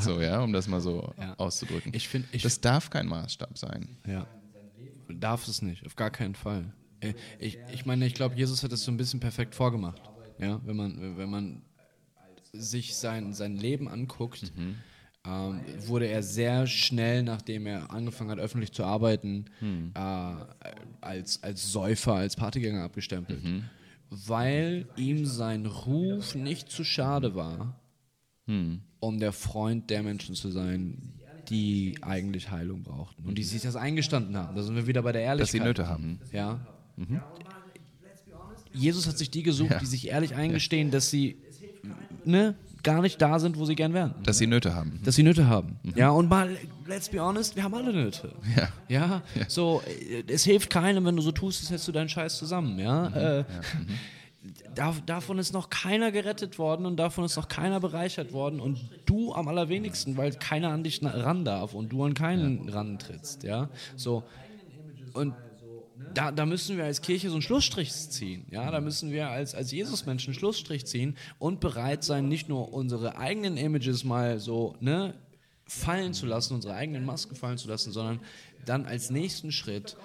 so, ja, um das mal so
Ja.
auszudrücken.
Ich finde, ich,
das darf kein Maßstab sein.
Ja. Darf es nicht, auf gar keinen Fall. Äh, Ich, ich meine, ich glaube, Jesus hat es so ein bisschen perfekt vorgemacht. Ja, wenn man, wenn man sich sein, sein Leben anguckt,
Mhm.
ähm, wurde er sehr schnell, nachdem er angefangen hat, öffentlich zu arbeiten,
Hm.
äh, als, als Säufer, als Partygänger abgestempelt.
Mhm.
Weil ihm sein Ruf nicht zu schade war,
Hm.
um der Freund der Menschen zu sein, die eigentlich Heilung brauchten und die sich das eingestanden haben. Da sind wir wieder bei der Ehrlichkeit.
Mhm. Dass sie Nöte haben.
Ja. Mhm. Jesus hat sich die gesucht, die sich ehrlich eingestehen, dass sie ne, gar nicht da sind, wo sie gern wären.
Dass sie Nöte haben.
Dass sie Nöte haben. Ja, und mal, let's be honest, wir haben alle Nöte.
Ja.
Mhm. Ja, so, äh, es hilft keinem, wenn du so tust, als hättest du deinen Scheiß zusammen, ja. äh, Dav davon ist noch keiner gerettet worden und davon ist noch keiner bereichert worden und du am allerwenigsten, weil keiner an dich na- ran darf und du an keinen rantrittst, ja. So, und da, da müssen wir als Kirche so einen Schlussstrich ziehen. Ja, da müssen wir als, als Jesus-Menschen einen Schlussstrich ziehen und bereit sein, nicht nur unsere eigenen Images mal so ne, fallen zu lassen, unsere eigenen Masken fallen zu lassen, sondern dann als nächsten Schritt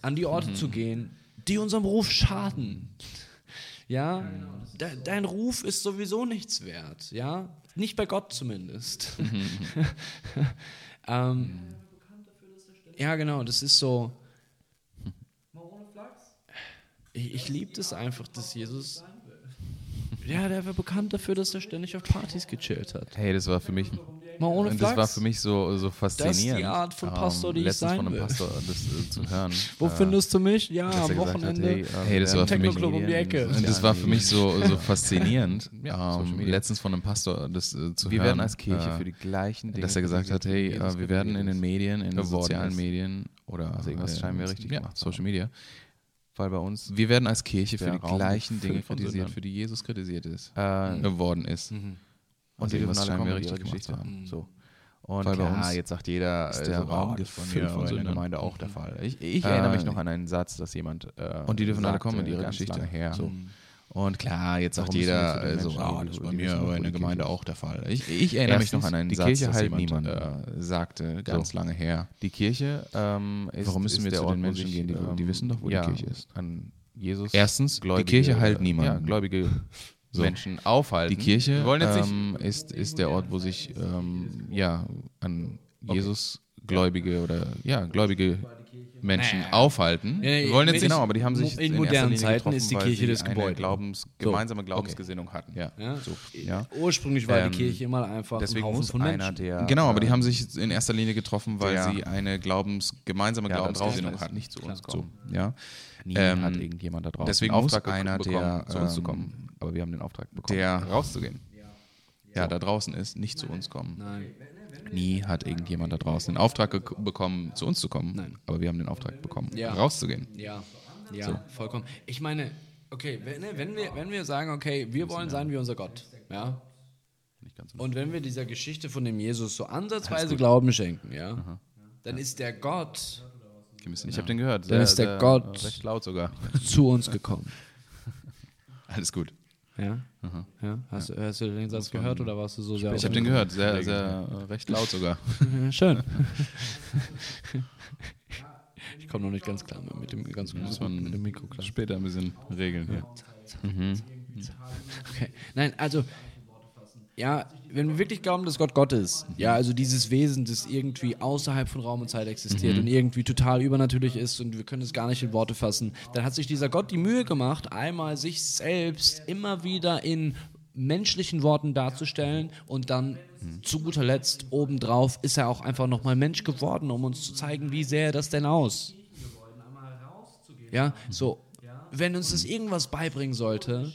an die Orte zu gehen, die unserem Ruf schaden. Ja, de, dein Ruf ist sowieso nichts wert. Ja, nicht bei Gott zumindest. ähm, ja, genau, das ist so. Ich,
Äh,
ich liebe das einfach, dass Jesus. Ja, der war bekannt dafür, dass er ständig auf Partys gechillt hat.
hey, das war für mich
Mal ohne
und
Flachs.
das war für mich so, so faszinierend. Ähm,
Art von Pastor, die ich
letztens
sein
von einem
will.
Pastor das äh, zu hören.
Wo
äh,
findest du mich? Ja,
dass er
am
gesagt hat,
Wochenende.
hey, äh,
Hey, das
wir
war
werden
für mich-
Techno-Club
um die Ecke.
Medien,
Und das war für mich
Medien.
so, so faszinierend,
Ja, Social
ähm,
Media.
letztens von einem Pastor das äh, zu
Wir
hören.
werden als Kirche
äh,
für die gleichen Dinge.
dass er gesagt hat, hey,
Jesus
äh, wir werden in
gebeten
den
ist.
Medien, in den
geworden
sozialen
ist.
Medien oder
Also irgendwas
äh,
scheinen wir richtig
ja,
gemacht zu
Social Media.
Weil bei uns
Wir werden als Kirche für
Der
die
Raum
gleichen
gefüllt
Dinge
von
kritisiert,
Sündern.
für die Jesus kritisiert ist, mhm,
äh,
geworden ist.
Und
Also
die
irgendwas
dürfen
scheinen
alle
wir
kommen mit
richtig
ihrer
gemacht
Geschichte.
zu haben.
So. Und
Weil bei
klar,
uns
jetzt sagt jeder,
ist
äh,
der
so,
Raum
oh, das war
gefüllt
mir
von
in der
Sündern.
Gemeinde auch der Fall. Ich, ich
Äh,
erinnere mich noch an einen Satz, dass jemand äh,
Und die dürfen alle kommen mit
sagte,
ihrer
ganz
Geschichte.
lange Her.
So.
Und
Klar, jetzt sagt
Warum müssen wir
jeder
zu den
äh, so,
Menschen,
ah,
die
das ist
die
bei
Kirche
mir
ist,
aber
obwohl
in der
die
Gemeinde
Kirche
auch der Fall. Ich, ich erinnere mich
Erstens,
noch an einen
die
Satz,
Kirche
dass
heilt
jemand
niemanden.
äh, sagte, ganz lange her.
die Kirche ähm, ist
Warum müssen
ist
wir
der
zu den
Ort, wo
Menschen
sich, ähm,
gehen, die- die wissen doch, wo die
ja,
Kirche ist.
An Jesus.
Erstens,
Gläubige,
ähm, die Kirche heilt
äh,
niemanden.
Ja, gläubige Menschen aufhalten.
Die Kirche
wir wollen jetzt nicht
ähm, ist, ist der Ort, wo sich ähm, ja, an Jesus Gläubige oder ja, gläubige Menschen aufhalten.
Nee, nee,
Wir wollen jetzt
mit-
nicht,
Genau, aber die haben sich
In
erster
modernen
Linie
Zeiten
getroffen,
ist die
weil
Kirche
sie
das
eine
Gebäude.
Glaubens, gemeinsame Glaubensgesinnung hatten.
ja.
Ja.
So, ja.
Ursprünglich war
Ähm,
die Kirche immer einfach ein
Deswegen
Haufen
muss
von
einer
Menschen.
der
Genau, aber die
äh,
haben sich in erster Linie getroffen, weil
der-
sie eine Glaubens, gemeinsame
ja, da draußen
Glaubensgesinnung
ist
hatten.
nicht zu uns
So,
kommen.
ja.
Nie
Ähm,
hat irgendjemand da draußen
deswegen
einen
muss
Auftrag
einer,
bekommen,
der,
zu uns zu
ähm,
kommen. Aber wir haben den Auftrag bekommen,
der-
rauszugehen.
ja, da draußen ist, nicht zu uns kommen.
Nein.
Nie hat irgendjemand da draußen den Auftrag gek- bekommen, zu uns zu kommen.
Nein.
Aber wir haben den Auftrag bekommen,
Ja.
rauszugehen.
Ja, ja, vollkommen. Ich meine, okay, wenn, ne, wenn, wir, wenn wir sagen, okay, wir wollen sein wie unser Gott, ja, und wenn wir dieser Geschichte von dem Jesus so ansatzweise Glauben schenken, ja, dann ist der Gott
Ich habe den gehört.
Dann ist der
äh,
Gott-
Recht laut sogar.
zu uns gekommen.
Alles gut.
Ja? ja? Hast, du- hast du den Satz gehört oder warst du so sehr
Mhm. Ich habe den gehört, sehr, sehr äh, recht laut sogar.
Ja, Schön. ich komme noch nicht ganz klar mit, mit dem ganz mit,
Muss man
mit dem Mikro klar.
Später ein bisschen regeln hier.
Hm. Okay. Nein, also ja, wenn wir wirklich glauben, dass Gott Gott ist, ja, also dieses Wesen, das irgendwie außerhalb von Raum und Zeit existiert und irgendwie total übernatürlich ist und wir können es gar nicht in Worte fassen, dann hat sich dieser Gott die Mühe gemacht, einmal sich selbst immer wieder in menschlichen Worten darzustellen und dann zu guter Letzt obendrauf ist er auch einfach nochmal Mensch geworden, um uns zu zeigen, wie sähe das denn aus.
Mhm.
Ja, so, wenn uns das irgendwas beibringen sollte,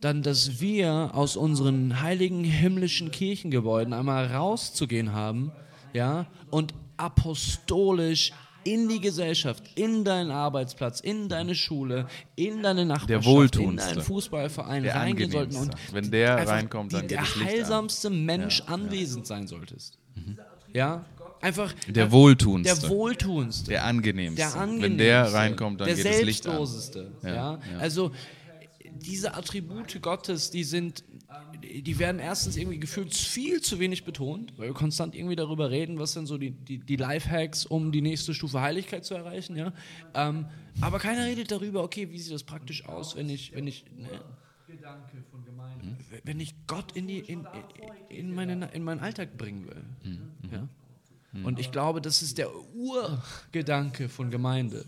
dann, dass wir aus unseren heiligen himmlischen Kirchengebäuden einmal rauszugehen haben, ja, und apostolisch in die Gesellschaft, in deinen Arbeitsplatz, in deine Schule, in deine Nachbarschaft, in
wohltuendste.
deinen Fußballverein
Der
reingehen sollten und
angenehmste. Wenn der
einfach
reinkommt, dann
die,
geht
der
das Licht an. Mhm.
heilsamste Mensch anwesend sein solltest. Ja? Einfach
Der wohltuendste.
der wohltuendste.
Der angenehmste.
Der angenehmste.
Wenn der reinkommt, dann
der
geht das Licht an.
selbstloseste. Ja, Also diese Attribute Gottes, die sind, die werden erstens irgendwie gefühlt viel zu wenig betont, weil wir konstant irgendwie darüber reden, was sind so die, die, die Lifehacks, um die nächste Stufe Heiligkeit zu erreichen. Ja? Ähm, aber keiner redet darüber, okay, wie sieht das praktisch aus, wenn ich, wenn ich, ne, wenn ich Gott in, die, in, in, meine, in meinen Alltag bringen will.
Mhm.
Ja? Und ich glaube, das ist der Urgedanke von Gemeinde.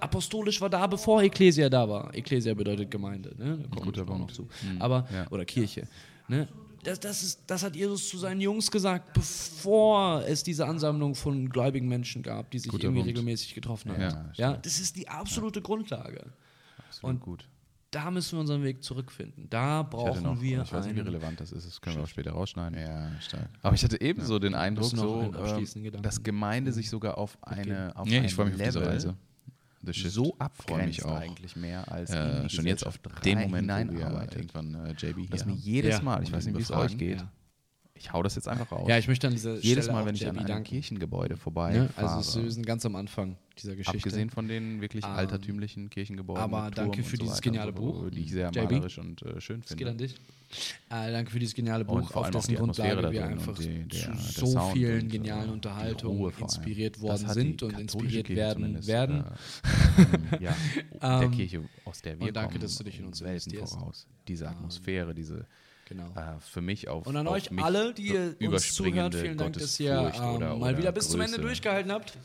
Apostolisch war da, bevor Ekklesia da war. Ekklesia bedeutet Gemeinde. Ne? Da kommt auch noch zu.
Mhm.
Aber, Oder Kirche. Ne? Das, das, ist, das hat Jesus zu seinen Jungs gesagt, bevor es diese Ansammlung von gläubigen Menschen gab, die sich irgendwie
Punkt.
regelmäßig getroffen haben.
Ja,
Ja,
stimmt.
das ist die absolute Grundlage.
Absolut gut.
Da müssen wir unseren Weg zurückfinden. Da
Ich hatte
brauchen
noch,
wir
ich weiß nicht, wie
einen
relevant das ist, das können wir auch später rausschneiden.
Ja, stark.
Aber ich hatte ebenso den Eindruck,
Das ist noch
so,
ein abschließenden
ähm,
Gedanken.
dass Gemeinde sich sogar auf eine auf
Nee,
ein
ich freu mich auf diese
Level also
Reise. The shit.
so
Freu
abgrenzt
mich auch.
eigentlich mehr als in
Äh,
die
schon jetzt auf
Gesellschaft
den
rein
Moment, wo wir
hineinarbeitet.
irgendwann äh, JB hier
Dass mir
haben.
jedes
Ja.
Mal, ich
Und
weiß nicht, wie es
überfragen.
euch geht,
Ja.
ich hau das jetzt einfach raus.
Ja, ich möchte an dieser
jedes
Stelle
Mal,
auch
wenn ich an
Jabby
einem
danken.
Kirchengebäude vorbeifahre,
Ne? Also wir sind ganz am Anfang dieser Geschichte.
abgesehen von den wirklich altertümlichen Kirchengebäuden,
aber
mit Turm
danke für
und so
dieses
weiter
geniale
und so, wo-
Buch,
die ich sehr
JB.
malerisch und äh, schön
Es geht an
finde.
dich. Äh, danke für dieses geniale
Und
Buch,
vor
auf
allem auch
dessen
die Atmosphäre
Grundlage wir
da drin und
einfach
die- der-
zu
der
so
Sound
vielen
und, äh,
genialen
die
Unterhaltungen
Ruhe vor allem.
inspiriert
Das
worden
hat die
sind und
katholische
inspiriert
Kirche
werden
zumindest,
werden.
Äh, ja, der
Ähm,
Kirche, aus der wir
und danke,
kommen,
dass du dich in uns
Welten
investierst.
voraus. Diese Atmosphäre, diese
Genau.
äh, für mich auf
Und an
auf
euch
mich
alle, die ihr uns zuhört,
überspringende
vielen Dank, dass ihr
Gottesfurcht
ähm,
oder-
mal
oder
wieder bis zum Ende
Größe.
durchgehalten habt.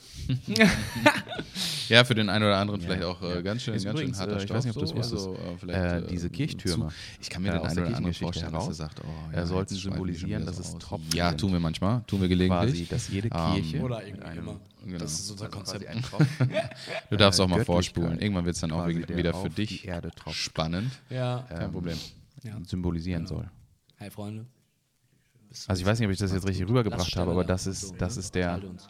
Ja, für den einen oder anderen vielleicht auch äh, ganz schön,
Ist
ganz schön
übrigens,
harter
äh, ich
Stoff.
weiß nicht, ob du
so,
das
also,
wusstest.
äh, vielleicht,
Äh, diese
äh,
Kirchtürme.
Zu, ich kann mir
Äh,
den
aus
einen
der
oder anderen
Kirchengeschichte
vorstellen, dass er
heraus.
sagt, oh, ja,
Äh, sollten
jetzt schweifen die
symbolisieren,
schon
dass
wieder
es
aus.
Tropfen
Ja,
sind.
tun wir manchmal, tun wir gelegentlich.
quasi, dass jede
Ähm,
Kirche
Oder irgendwie immer.
genau.
Das ist
also
unser Konzept.
Du darfst auch mal
Göttlichkeit
vorspulen. Irgendwann wird es dann auch
quasi,
wieder
der
wieder
auf
für
die
dich
Erde tropft. Ähm, Genau.
spannend.
Ja.
Kein Problem.
Ja.
symbolisieren soll.
Hi, Freunde.
Also ich weiß nicht, ob ich das jetzt richtig rübergebracht
Laststelle
habe, aber
da.
das ist, das ist der,
Halt uns.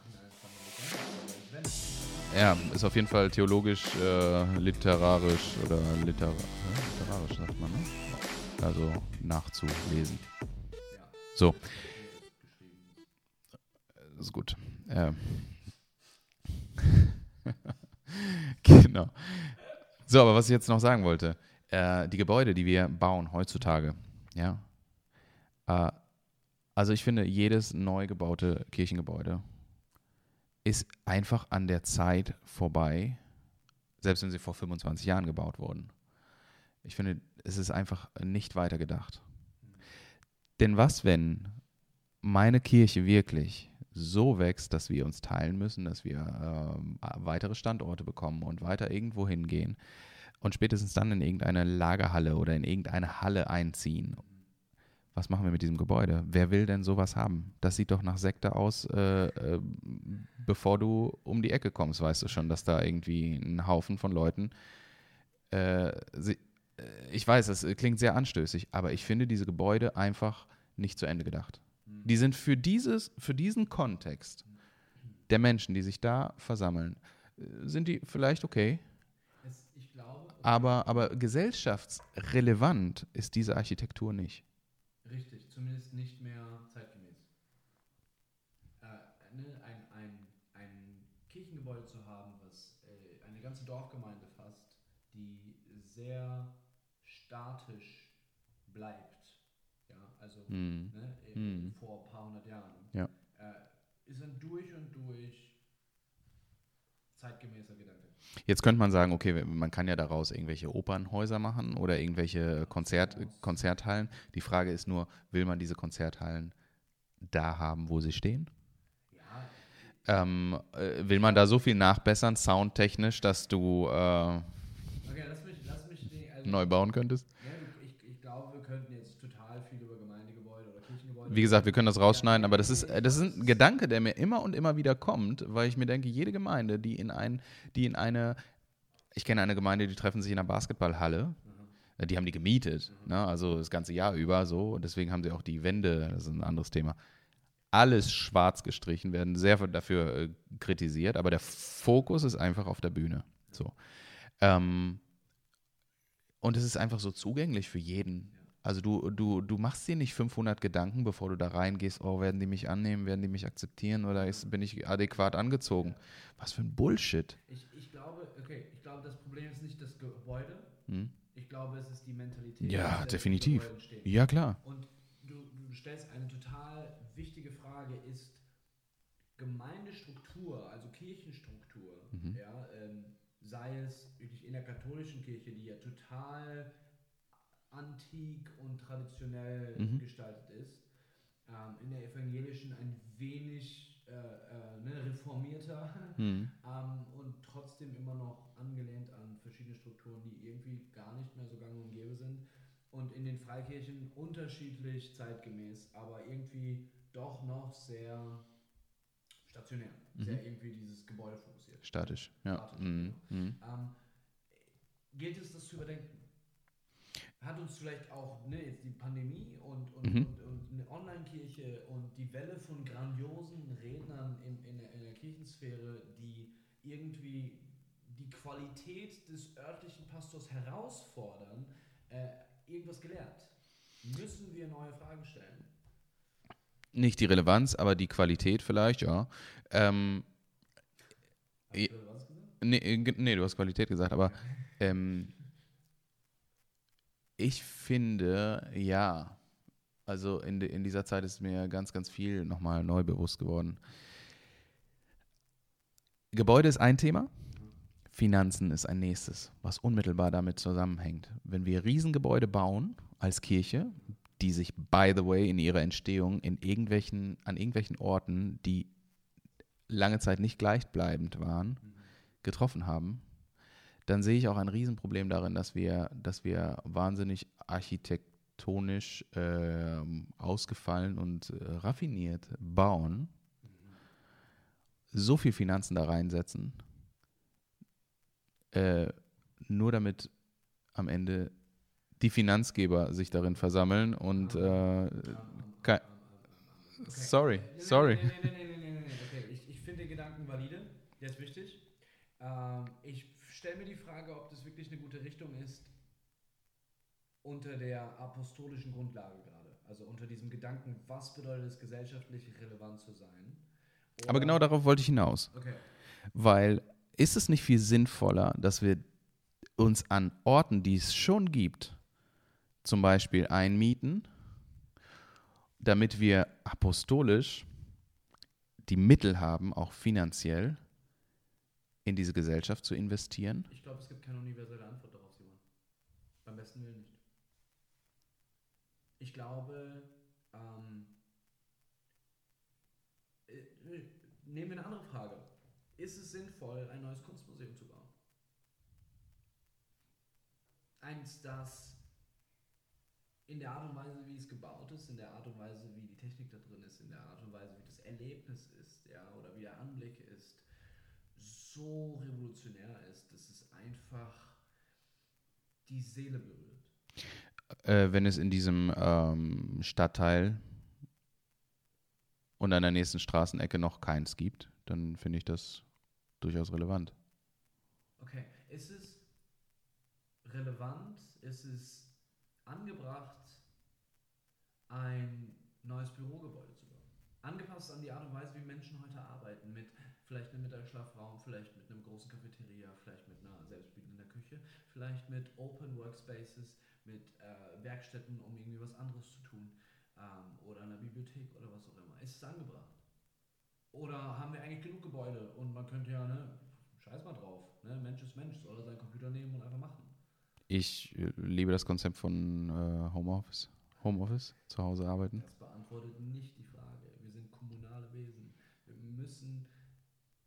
Ja, ist auf jeden Fall theologisch, äh, literarisch oder literar literarisch sagt man, ne?
also nachzulesen. So. Äh, Ist gut. Ähm. genau. So, aber was ich jetzt noch sagen wollte, äh, die Gebäude, die wir bauen heutzutage, ja. Äh, also ich finde, jedes neu gebaute Kirchengebäude ist einfach an der Zeit vorbei, selbst wenn sie vor 25 Jahren gebaut wurden. Ich finde, es ist einfach nicht weitergedacht. Denn was, wenn meine Kirche wirklich so wächst, dass wir uns teilen müssen, dass wir ähm, weitere Standorte bekommen und weiter irgendwo hingehen und spätestens dann in irgendeine Lagerhalle oder in irgendeine Halle einziehen? Was machen wir mit diesem Gebäude? Wer will denn sowas haben? Das sieht doch nach Sekte aus, äh, äh, bevor du um die Ecke kommst, weißt du schon, dass da irgendwie ein Haufen von Leuten äh, sie, ich weiß, das äh, klingt sehr anstößig, aber ich finde diese Gebäude einfach nicht zu Ende gedacht. Die sind für, dieses, für diesen Kontext der Menschen, die sich da versammeln, äh, sind die vielleicht okay. Aber, aber gesellschaftsrelevant ist diese Architektur nicht.
Richtig, zumindest nicht mehr zeitgemäß. Äh, ne, ein, ein, ein Kirchengebäude zu haben, was äh, eine ganze Dorfgemeinde fasst, die sehr statisch bleibt, ja, also ne, äh, vor ein paar hundert Jahren,
Ja.
äh, ist ein durch und durch zeitgemäßer Gedanke.
Jetzt könnte man sagen, okay, man kann ja daraus irgendwelche Opernhäuser machen oder irgendwelche Konzert, Konzerthallen. Die Frage ist nur, will man diese Konzerthallen da haben, wo sie stehen? Ähm, äh, will man da so viel nachbessern, soundtechnisch, dass du äh,
Okay, lass mich, lass mich, den- also,
neu bauen könntest?
ja, du- ich, ich glaube, wir könnten jetzt total viel über Gemeindegebäude oder Kirchengebäude
Wie gesagt, wir können das rausschneiden, aber das ist, äh, das ist ein Gedanke, der mir immer und immer wieder kommt, weil ich mir denke, jede Gemeinde, die in, ein, die in eine, ich kenne eine Gemeinde, die treffen sich in einer Basketballhalle, Äh, die haben die gemietet, ne? also das ganze Jahr über so, und deswegen haben sie auch die Wände, das ist ein anderes Thema.
alles schwarz gestrichen, werden sehr dafür äh, kritisiert, aber der Fokus ist einfach auf der Bühne. So. Ähm, und es ist einfach so zugänglich für jeden. Also du, du, du machst dir nicht 500 Gedanken, bevor du da reingehst, oh, werden die mich annehmen, werden die mich akzeptieren oder ist, bin ich adäquat angezogen? Was für ein Bullshit.
Ich, ich glaube, okay, ich glaube, das Problem ist nicht das Gebäude. Ich glaube, es ist die Mentalität. die
Ja,
hinter dem
definitiv.
Gebäude steht.
Ja, klar.
Und du, du stellst eine total wichtige Frage, ist Gemeindestruktur, also Kirchenstruktur, ja, ähm, sei es wirklich in der katholischen Kirche, die ja total antik und traditionell gestaltet ist, ähm, in der evangelischen ein wenig äh, äh, ne, reformierter
Hm,
ähm, und trotzdem immer noch angelehnt an verschiedene Strukturen, die irgendwie gar nicht mehr so gang und gäbe sind. Und in den Freikirchen unterschiedlich zeitgemäß, aber irgendwie doch noch sehr stationär, sehr irgendwie dieses Gebäude fokussiert.
Statisch. Ja.
Statisch,
Mhm. Mhm.
Ähm, gilt es, das zu überdenken? Hat uns vielleicht auch ne, jetzt die Pandemie und, und,
Mhm.
und, und eine Online-Kirche und die Welle von grandiosen Rednern in, in, der, in der Kirchensphäre, die irgendwie die Qualität des örtlichen Pastors herausfordern, äh, irgendwas gelehrt? Müssen wir neue Fragen stellen?
Nicht die Relevanz, aber die Qualität vielleicht, ja. Ähm,
Hab ich
Ja.
gerade was gesagt?
nee, äh, ge- nee, du hast Qualität gesagt, aber ähm, ich finde, ja. Also in, de- in dieser Zeit ist mir ganz, ganz viel nochmal neu bewusst geworden. Gebäude ist ein Thema, Finanzen ist ein nächstes, was unmittelbar damit zusammenhängt. Wenn wir Riesengebäude bauen als Kirche, die sich, by the way, in ihrer Entstehung in irgendwelchen, an irgendwelchen Orten, die lange Zeit nicht gleichbleibend waren, getroffen haben, dann sehe ich auch ein Riesenproblem darin, dass wir, dass wir wahnsinnig architektonisch ähm, ausgefallen und äh, raffiniert bauen, so viel Finanzen da reinsetzen, äh, nur damit am Ende die Finanzgeber sich darin versammeln und
Ah,
äh, kei- sorry, sorry.
Nee, nee, nee, nee, nee, nee, nee. Okay, ich, ich finde den Gedanken valide, der ist wichtig. Ähm, ich stelle mir die Frage, ob das wirklich eine gute Richtung ist unter der apostolischen Grundlage gerade. Also unter diesem Gedanken, was bedeutet es, gesellschaftlich relevant zu sein?
Aber genau darauf wollte ich hinaus.
Okay.
Weil ist es nicht viel sinnvoller, dass wir uns an Orten, die es schon gibt, zum Beispiel einmieten, damit wir apostolisch die Mittel haben, auch finanziell in diese Gesellschaft zu investieren?
Ich glaube, es gibt keine universelle Antwort darauf, Simon. Beim besten Willen nicht. Ich glaube, ähm, äh, äh, nehmen wir eine andere Frage. Ist es sinnvoll, ein neues Kunstmuseum zu bauen? Eins, das in der Art und Weise, wie es gebaut ist, in der Art und Weise, wie die Technik da drin ist, in der Art und Weise, wie das Erlebnis ist, ja, oder wie der Anblick ist, so revolutionär ist, dass es einfach die Seele berührt.
äh, wenn es in diesem ähm, Stadtteil und an der nächsten Straßenecke noch keins gibt, dann finde ich das durchaus relevant.
Okay, ist es relevant, ist es angebracht, ein neues Bürogebäude zu bauen? Angepasst an die Art und Weise, wie Menschen heute arbeiten, mit vielleicht einem Mittagsschlafraum, vielleicht mit einem großen Cafeteria, vielleicht mit einer selbstbedienenden Küche, vielleicht mit Open Workspaces, mit äh, Werkstätten, um irgendwie was anderes zu tun, ähm, oder einer Bibliothek oder was auch immer. Ist es angebracht? Oder haben wir eigentlich genug Gebäude und man könnte ja, ne, scheiß mal drauf, ne, Mensch ist Mensch, soll er seinen Computer nehmen und einfach machen.
Ich äh, liebe das Konzept von äh, Homeoffice. Homeoffice, zu Hause
Hm.
arbeiten.
Das beantwortet nicht die Frage. Wir sind kommunale Wesen. Wir müssen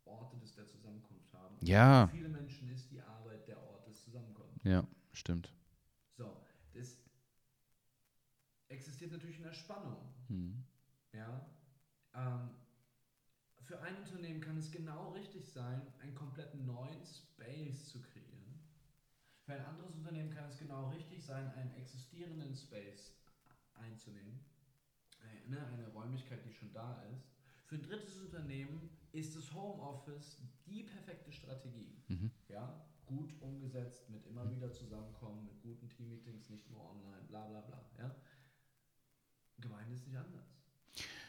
Orte des der Zusammenkunft haben. Und
Ja.
Für viele Menschen ist die Arbeit der Ort des Zusammenkommens.
Ja, stimmt.
So, das existiert natürlich in der Spannung.
Mhm.
Ja. Ähm, für ein Unternehmen kann es genau richtig sein, einen komplett neuen Space zu kreieren. Für ein anderes Unternehmen kann es genau richtig sein, einen existierenden Space einzunehmen, ne, eine Räumlichkeit, die schon da ist. Für ein drittes Unternehmen ist das Homeoffice die perfekte Strategie. Ja, gut umgesetzt, mit immer wieder zusammenkommen, mit guten Teammeetings, nicht nur online, bla bla bla. Ja? Gemeinde ist nicht anders.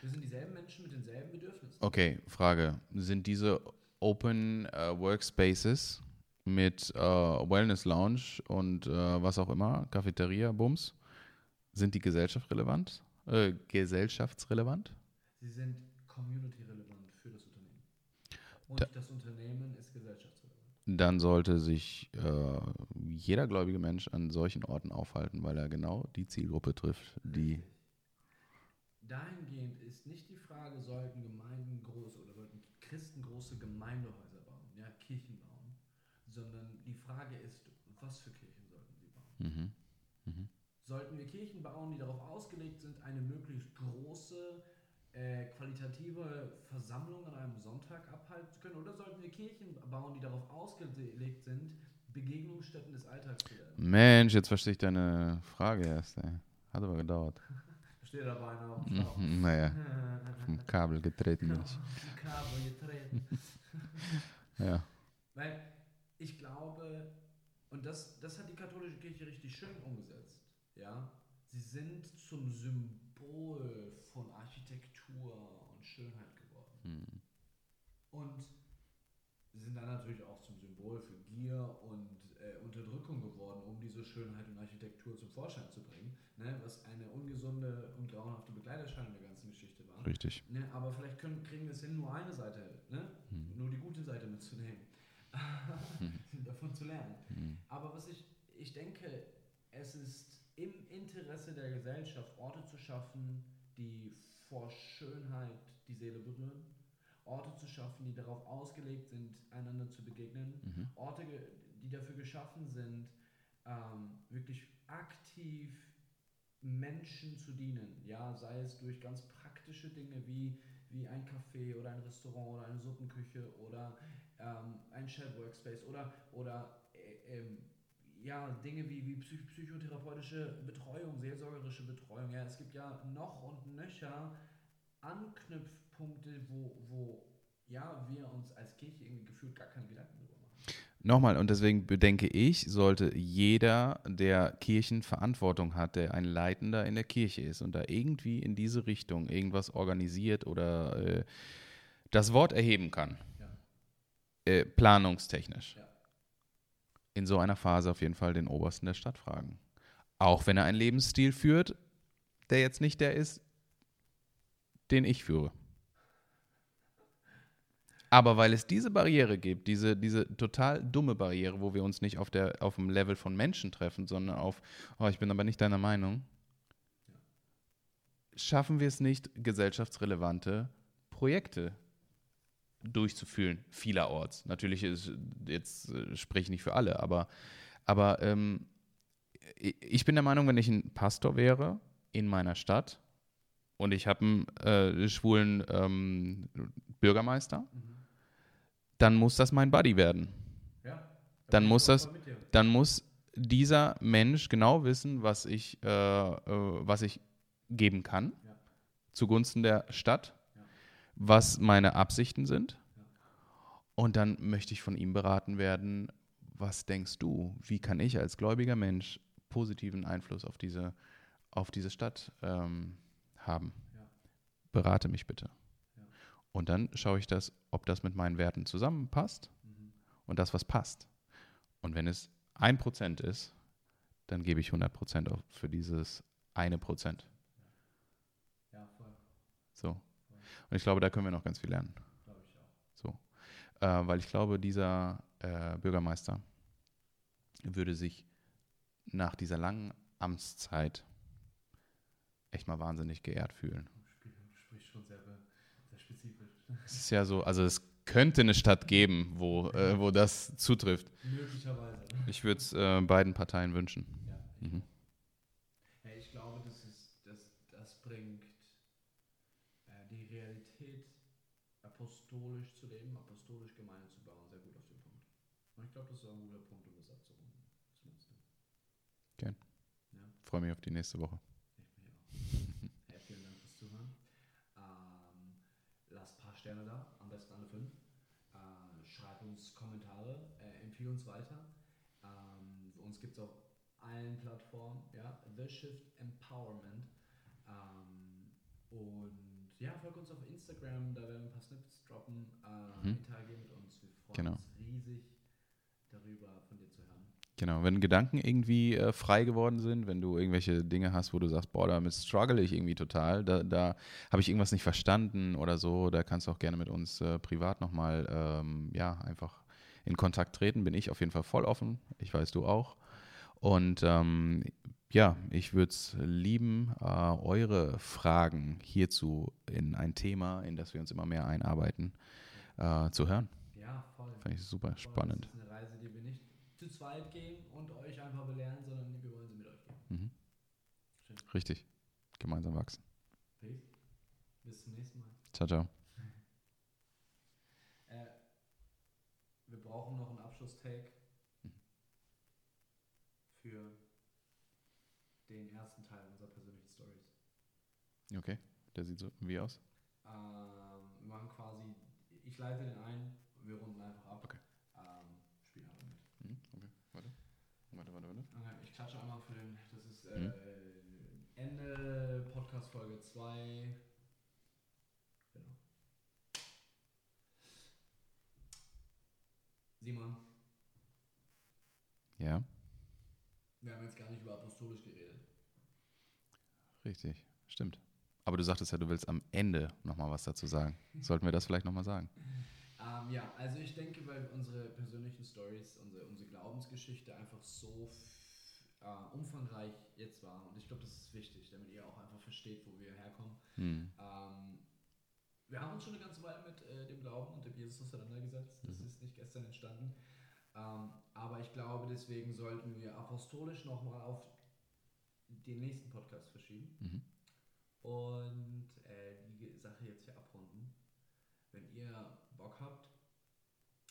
Wir sind dieselben Menschen mit denselben Bedürfnissen.
Okay, Frage. Sind diese Open äh, Workspaces mit äh, Wellness Lounge und äh, was auch immer, Cafeteria, Bums, sind die gesellschaftsrelevant? Äh, gesellschaftsrelevant?
Sie sind community-relevant für das Unternehmen. Und
Da-
das Unternehmen ist gesellschaftsrelevant.
Dann sollte sich äh, jeder gläubige Mensch an solchen Orten aufhalten, weil er genau die Zielgruppe trifft, die.
Dahingehend ist nicht die Frage, sollten Gemeinden große oder sollten Christen große Gemeindehäuser bauen, ja, Kirchen bauen, sondern die Frage ist, was für Kirchen sollten sie bauen?
Mhm.
Sollten wir Kirchen bauen, die darauf ausgelegt sind, eine möglichst große äh, qualitative Versammlung an einem Sonntag abhalten zu können? Oder sollten wir Kirchen bauen, die darauf ausgelegt sind, Begegnungsstätten des Alltags zu werden?
Mensch, jetzt verstehe ich deine Frage erst. Ey. Hat aber gedauert.
Versteht dabei noch?
Mhm. Naja, vom Kabel getreten bin ich.
Die Kabel getreten.
Ja.
Weil ich glaube, und das, das hat die katholische Kirche richtig schön umgesetzt. Ja? Sie sind zum Symbol von Architektur und Schönheit geworden. Und sie sind dann natürlich auch zum Symbol für Gier und äh, Unterdrückung geworden, um diese Schönheit und Architektur zum Vorschein zu bringen. Ne? Was eine ungesunde und grauenhafte Begleiterscheinung der ganzen Geschichte war.
Richtig.
Ne, aber vielleicht können, kriegen wir es hin, nur eine Seite, ne? nur die gute Seite mitzunehmen, davon zu lernen. Aber was ich, ich denke, es ist im Interesse der Gesellschaft, Orte zu schaffen, die vor Schönheit die Seele berühren, Orte zu schaffen, die darauf ausgelegt sind, einander zu begegnen, Orte, ge- die dafür geschaffen sind, ähm, wirklich aktiv Menschen zu dienen. Ja, sei es durch ganz praktische Dinge wie, wie ein Café oder ein Restaurant oder eine Suppenküche oder ähm, ein Shared Workspace oder, oder äh, ähm, ja, Dinge wie, wie psych psychotherapeutische Betreuung, seelsorgerische Betreuung. Ja, es gibt ja noch und nöcher Anknüpfpunkte, wo, wo ja, wir uns als Kirche irgendwie gefühlt gar keine Gedanken darüber machen.
Nochmal, und deswegen bedenke ich, sollte jeder, der Kirchenverantwortung hat, der ein Leitender in der Kirche ist und da irgendwie in diese Richtung irgendwas organisiert oder äh, das Wort erheben kann,
Ja.
äh, planungstechnisch,
Ja.
in so einer Phase auf jeden Fall den Obersten der Stadt fragen. Auch wenn er einen Lebensstil führt, der jetzt nicht der ist, den ich führe. Aber weil es diese Barriere gibt, diese, diese total dumme Barriere, wo wir uns nicht auf, der, auf dem Level von Menschen treffen, sondern auf, oh, ich bin aber nicht deiner Meinung, schaffen wir es nicht, gesellschaftsrelevante Projekte durchzuführen, vielerorts. Natürlich ist, jetzt äh, spreche ich nicht für alle, aber, aber ähm, i- ich bin der Meinung, wenn ich ein Pastor wäre in meiner Stadt und ich habe einen äh, schwulen ähm, Bürgermeister, dann muss das mein Buddy werden.
Ja, bin
Dann
ich
muss
voll-
das-
voll mit dir.
Dann muss dieser Mensch genau wissen, was ich, äh, äh, was ich geben kann
Ja.
zugunsten der Stadt,
Ja.
was meine Absichten sind.
Ja.
Und dann möchte ich von ihm beraten werden, was denkst du, wie kann ich als gläubiger Mensch positiven Einfluss auf diese, auf diese Stadt ähm, haben?
Ja.
Berate mich bitte.
Ja.
Und dann schaue ich das, ob das mit meinen Werten zusammenpasst
Mhm.
und das, was passt. Und wenn es ein Prozent ist, dann gebe ich 100 Prozent für dieses eine Prozent.
Ja, voll,
So. Und ich glaube, da können wir noch ganz viel lernen.
glaube ich auch.
So. Äh, weil ich glaube, dieser äh, Bürgermeister würde sich nach dieser langen Amtszeit echt mal wahnsinnig geehrt fühlen.
Du sp- du sprichst schon sehr, be- sehr spezifisch.
Es ist ja so, also es könnte eine Stadt geben, wo, äh, wo das zutrifft.
Möglicherweise. ne?
Ich würde es äh, beiden Parteien wünschen.
Ja, ich,
Mhm.
ja, ich glaube, das, ist, das, das bringt äh, die Realität apostolisch zu leben, apostolisch Gemeinde zu bauen, sehr gut auf den Punkt. Und ich glaube, das ist auch ein guter Punkt, um das abzurunden. Zumindest.
Freue mich auf die nächste Woche.
Ich mich auch. Ja, vielen Dank fürs Zuhören. Ähm, Sterne da, am besten alle fünf. Äh, schreibt uns Kommentare, äh, empfehlt uns weiter. Ähm, uns gibt es auf allen Plattformen, ja, The Shift Empowerment. Ähm, und ja, folgt uns auf Instagram, da werden wir ein paar Snippets droppen, äh, interagiert mit uns. Wir freuen
Genau.
uns riesig darüber, von dir zu hören.
Genau, wenn Gedanken irgendwie äh, frei geworden sind, wenn du irgendwelche Dinge hast, wo du sagst, boah, damit struggle ich irgendwie total, da, da habe ich irgendwas nicht verstanden oder so, da kannst du auch gerne mit uns äh, privat nochmal, ähm, ja, einfach in Kontakt treten, bin ich auf jeden Fall voll offen, ich weiß, du auch. Und ähm, ja, ich würde es lieben, äh, eure Fragen hierzu in ein Thema, in das wir uns immer mehr einarbeiten, äh, zu hören.
Ja, voll.
Fand ich super
Voll,
spannend.
Das ist eine Reise, die wir nicht zu zweit gehen und euch einfach belehren, sondern wir wollen sie mit euch gehen.
Richtig. Gemeinsam wachsen.
Peace. Bis zum nächsten Mal.
Ciao, ciao.
Äh, wir brauchen noch einen Abschlusstake
Hm.
für den ersten Teil unserer persönlichen Stories.
Okay, der sieht so wie aus.
Ähm, wir machen quasi, ich leite den ein, wir runden einfach ab.
Okay.
Ähm, spielen aber mit.
Mhm, Okay, warte. Warte, warte, warte.
Okay, ich klatsche einmal für den, das ist äh,
Mhm.
Ende Podcast Folge 2. Genau. Simon,
Ja,
wir haben jetzt gar nicht über Apostolisch geredet.
richtig. Stimmt. Aber du sagtest ja, du willst am Ende nochmal was dazu sagen. Sollten wir das vielleicht nochmal sagen?
Ähm, ja, also ich denke, weil unsere persönlichen Stories, unsere, unsere Glaubensgeschichte einfach so f- äh, umfangreich jetzt war und ich glaube, das ist wichtig, damit ihr auch einfach versteht, wo wir herkommen.
Hm.
Ähm, wir haben uns schon eine ganze Weile mit äh, dem Glauben und dem Jesus auseinandergesetzt. Das ist nicht gestern entstanden. Ähm, aber ich glaube, deswegen sollten wir apostolisch nochmal auf den nächsten Podcast verschieben.
Mhm.
Und äh, die Sache jetzt hier abrunden. Wenn ihr Bock habt,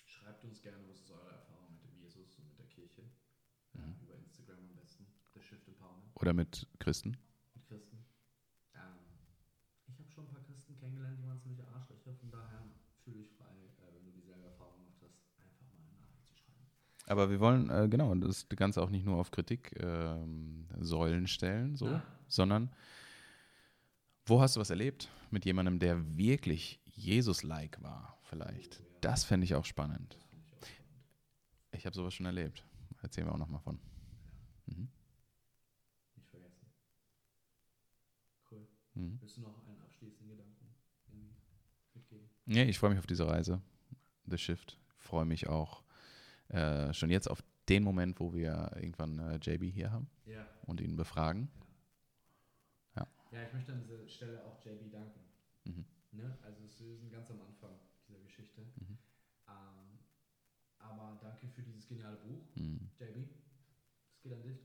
schreibt uns gerne, was ist eure Erfahrung mit dem Jesus und mit der Kirche. Ja, über Instagram am besten. The Shift Empowerment
Oder mit Christen?
mit Christen. Ähm, ich habe schon ein paar Christen kennengelernt, die waren ziemlich Arschlöcher. Von daher fühle ich frei, äh, wenn du dieselbe Erfahrung gemacht hast, einfach mal eine Nachricht zu schreiben.
Aber wir wollen, äh, genau, das Ganze auch nicht nur auf Kritiksäulen ähm, Säulen stellen, so,
Ja.
sondern wo hast du was erlebt mit jemandem, der wirklich Jesus-like war, vielleicht? Das fände ich auch spannend. Ich habe sowas schon erlebt. Erzählen wir auch nochmal von.
Nicht vergessen. Cool.
Mhm.
Willst du noch einen abschließenden Gedanken irgendwie mitgeben?
Nee, ich freue mich auf diese Reise. The Shift. Freue mich auch äh, schon jetzt auf den Moment, wo wir irgendwann äh, JB hier haben
Ja.
und ihn befragen.
Ja, ich möchte an dieser Stelle auch JB danken.
Mhm.
Ne? Also es- wir sind ganz am Anfang dieser Geschichte.
Mhm.
Ähm, aber danke für dieses geniale Buch.
Mhm.
JB, es geht an dich.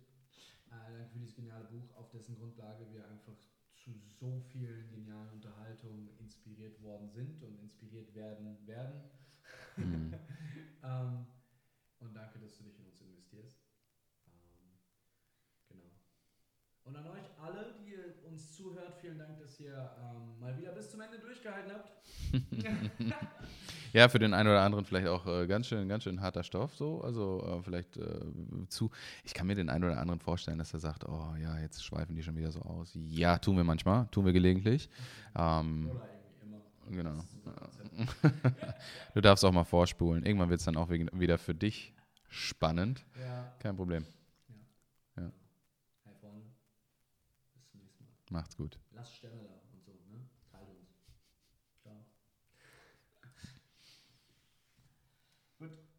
Äh, danke für dieses geniale Buch, auf dessen Grundlage wir einfach zu so vielen genialen Unterhaltungen inspiriert worden sind und inspiriert werden werden. ähm, und danke, dass du dich in uns investierst. Ähm, genau. Und an euch alle, die ihr uns zuhört, vielen Dank, dass ihr ähm, mal wieder bis zum Ende durchgehalten habt.
Ja, für den einen oder anderen vielleicht auch äh, ganz schön, ganz schön harter Stoff so. Also äh, vielleicht äh, zu. Ich kann mir den einen oder anderen vorstellen, dass er sagt, oh ja, jetzt schweifen die schon wieder so aus. Ja, tun wir manchmal, tun wir gelegentlich. Ähm,
Oder irgendwie immer.
Genau.
Das ist unser Konzept.
du darfst auch mal vorspulen. Irgendwann wird es dann auch wegen- wieder für dich spannend.
Ja.
Kein Problem.
Hi Freunde. Bis zum nächsten Mal.
Macht's gut.
Lasst Sterne da und so, ne? Teilt uns. Ciao. Gut.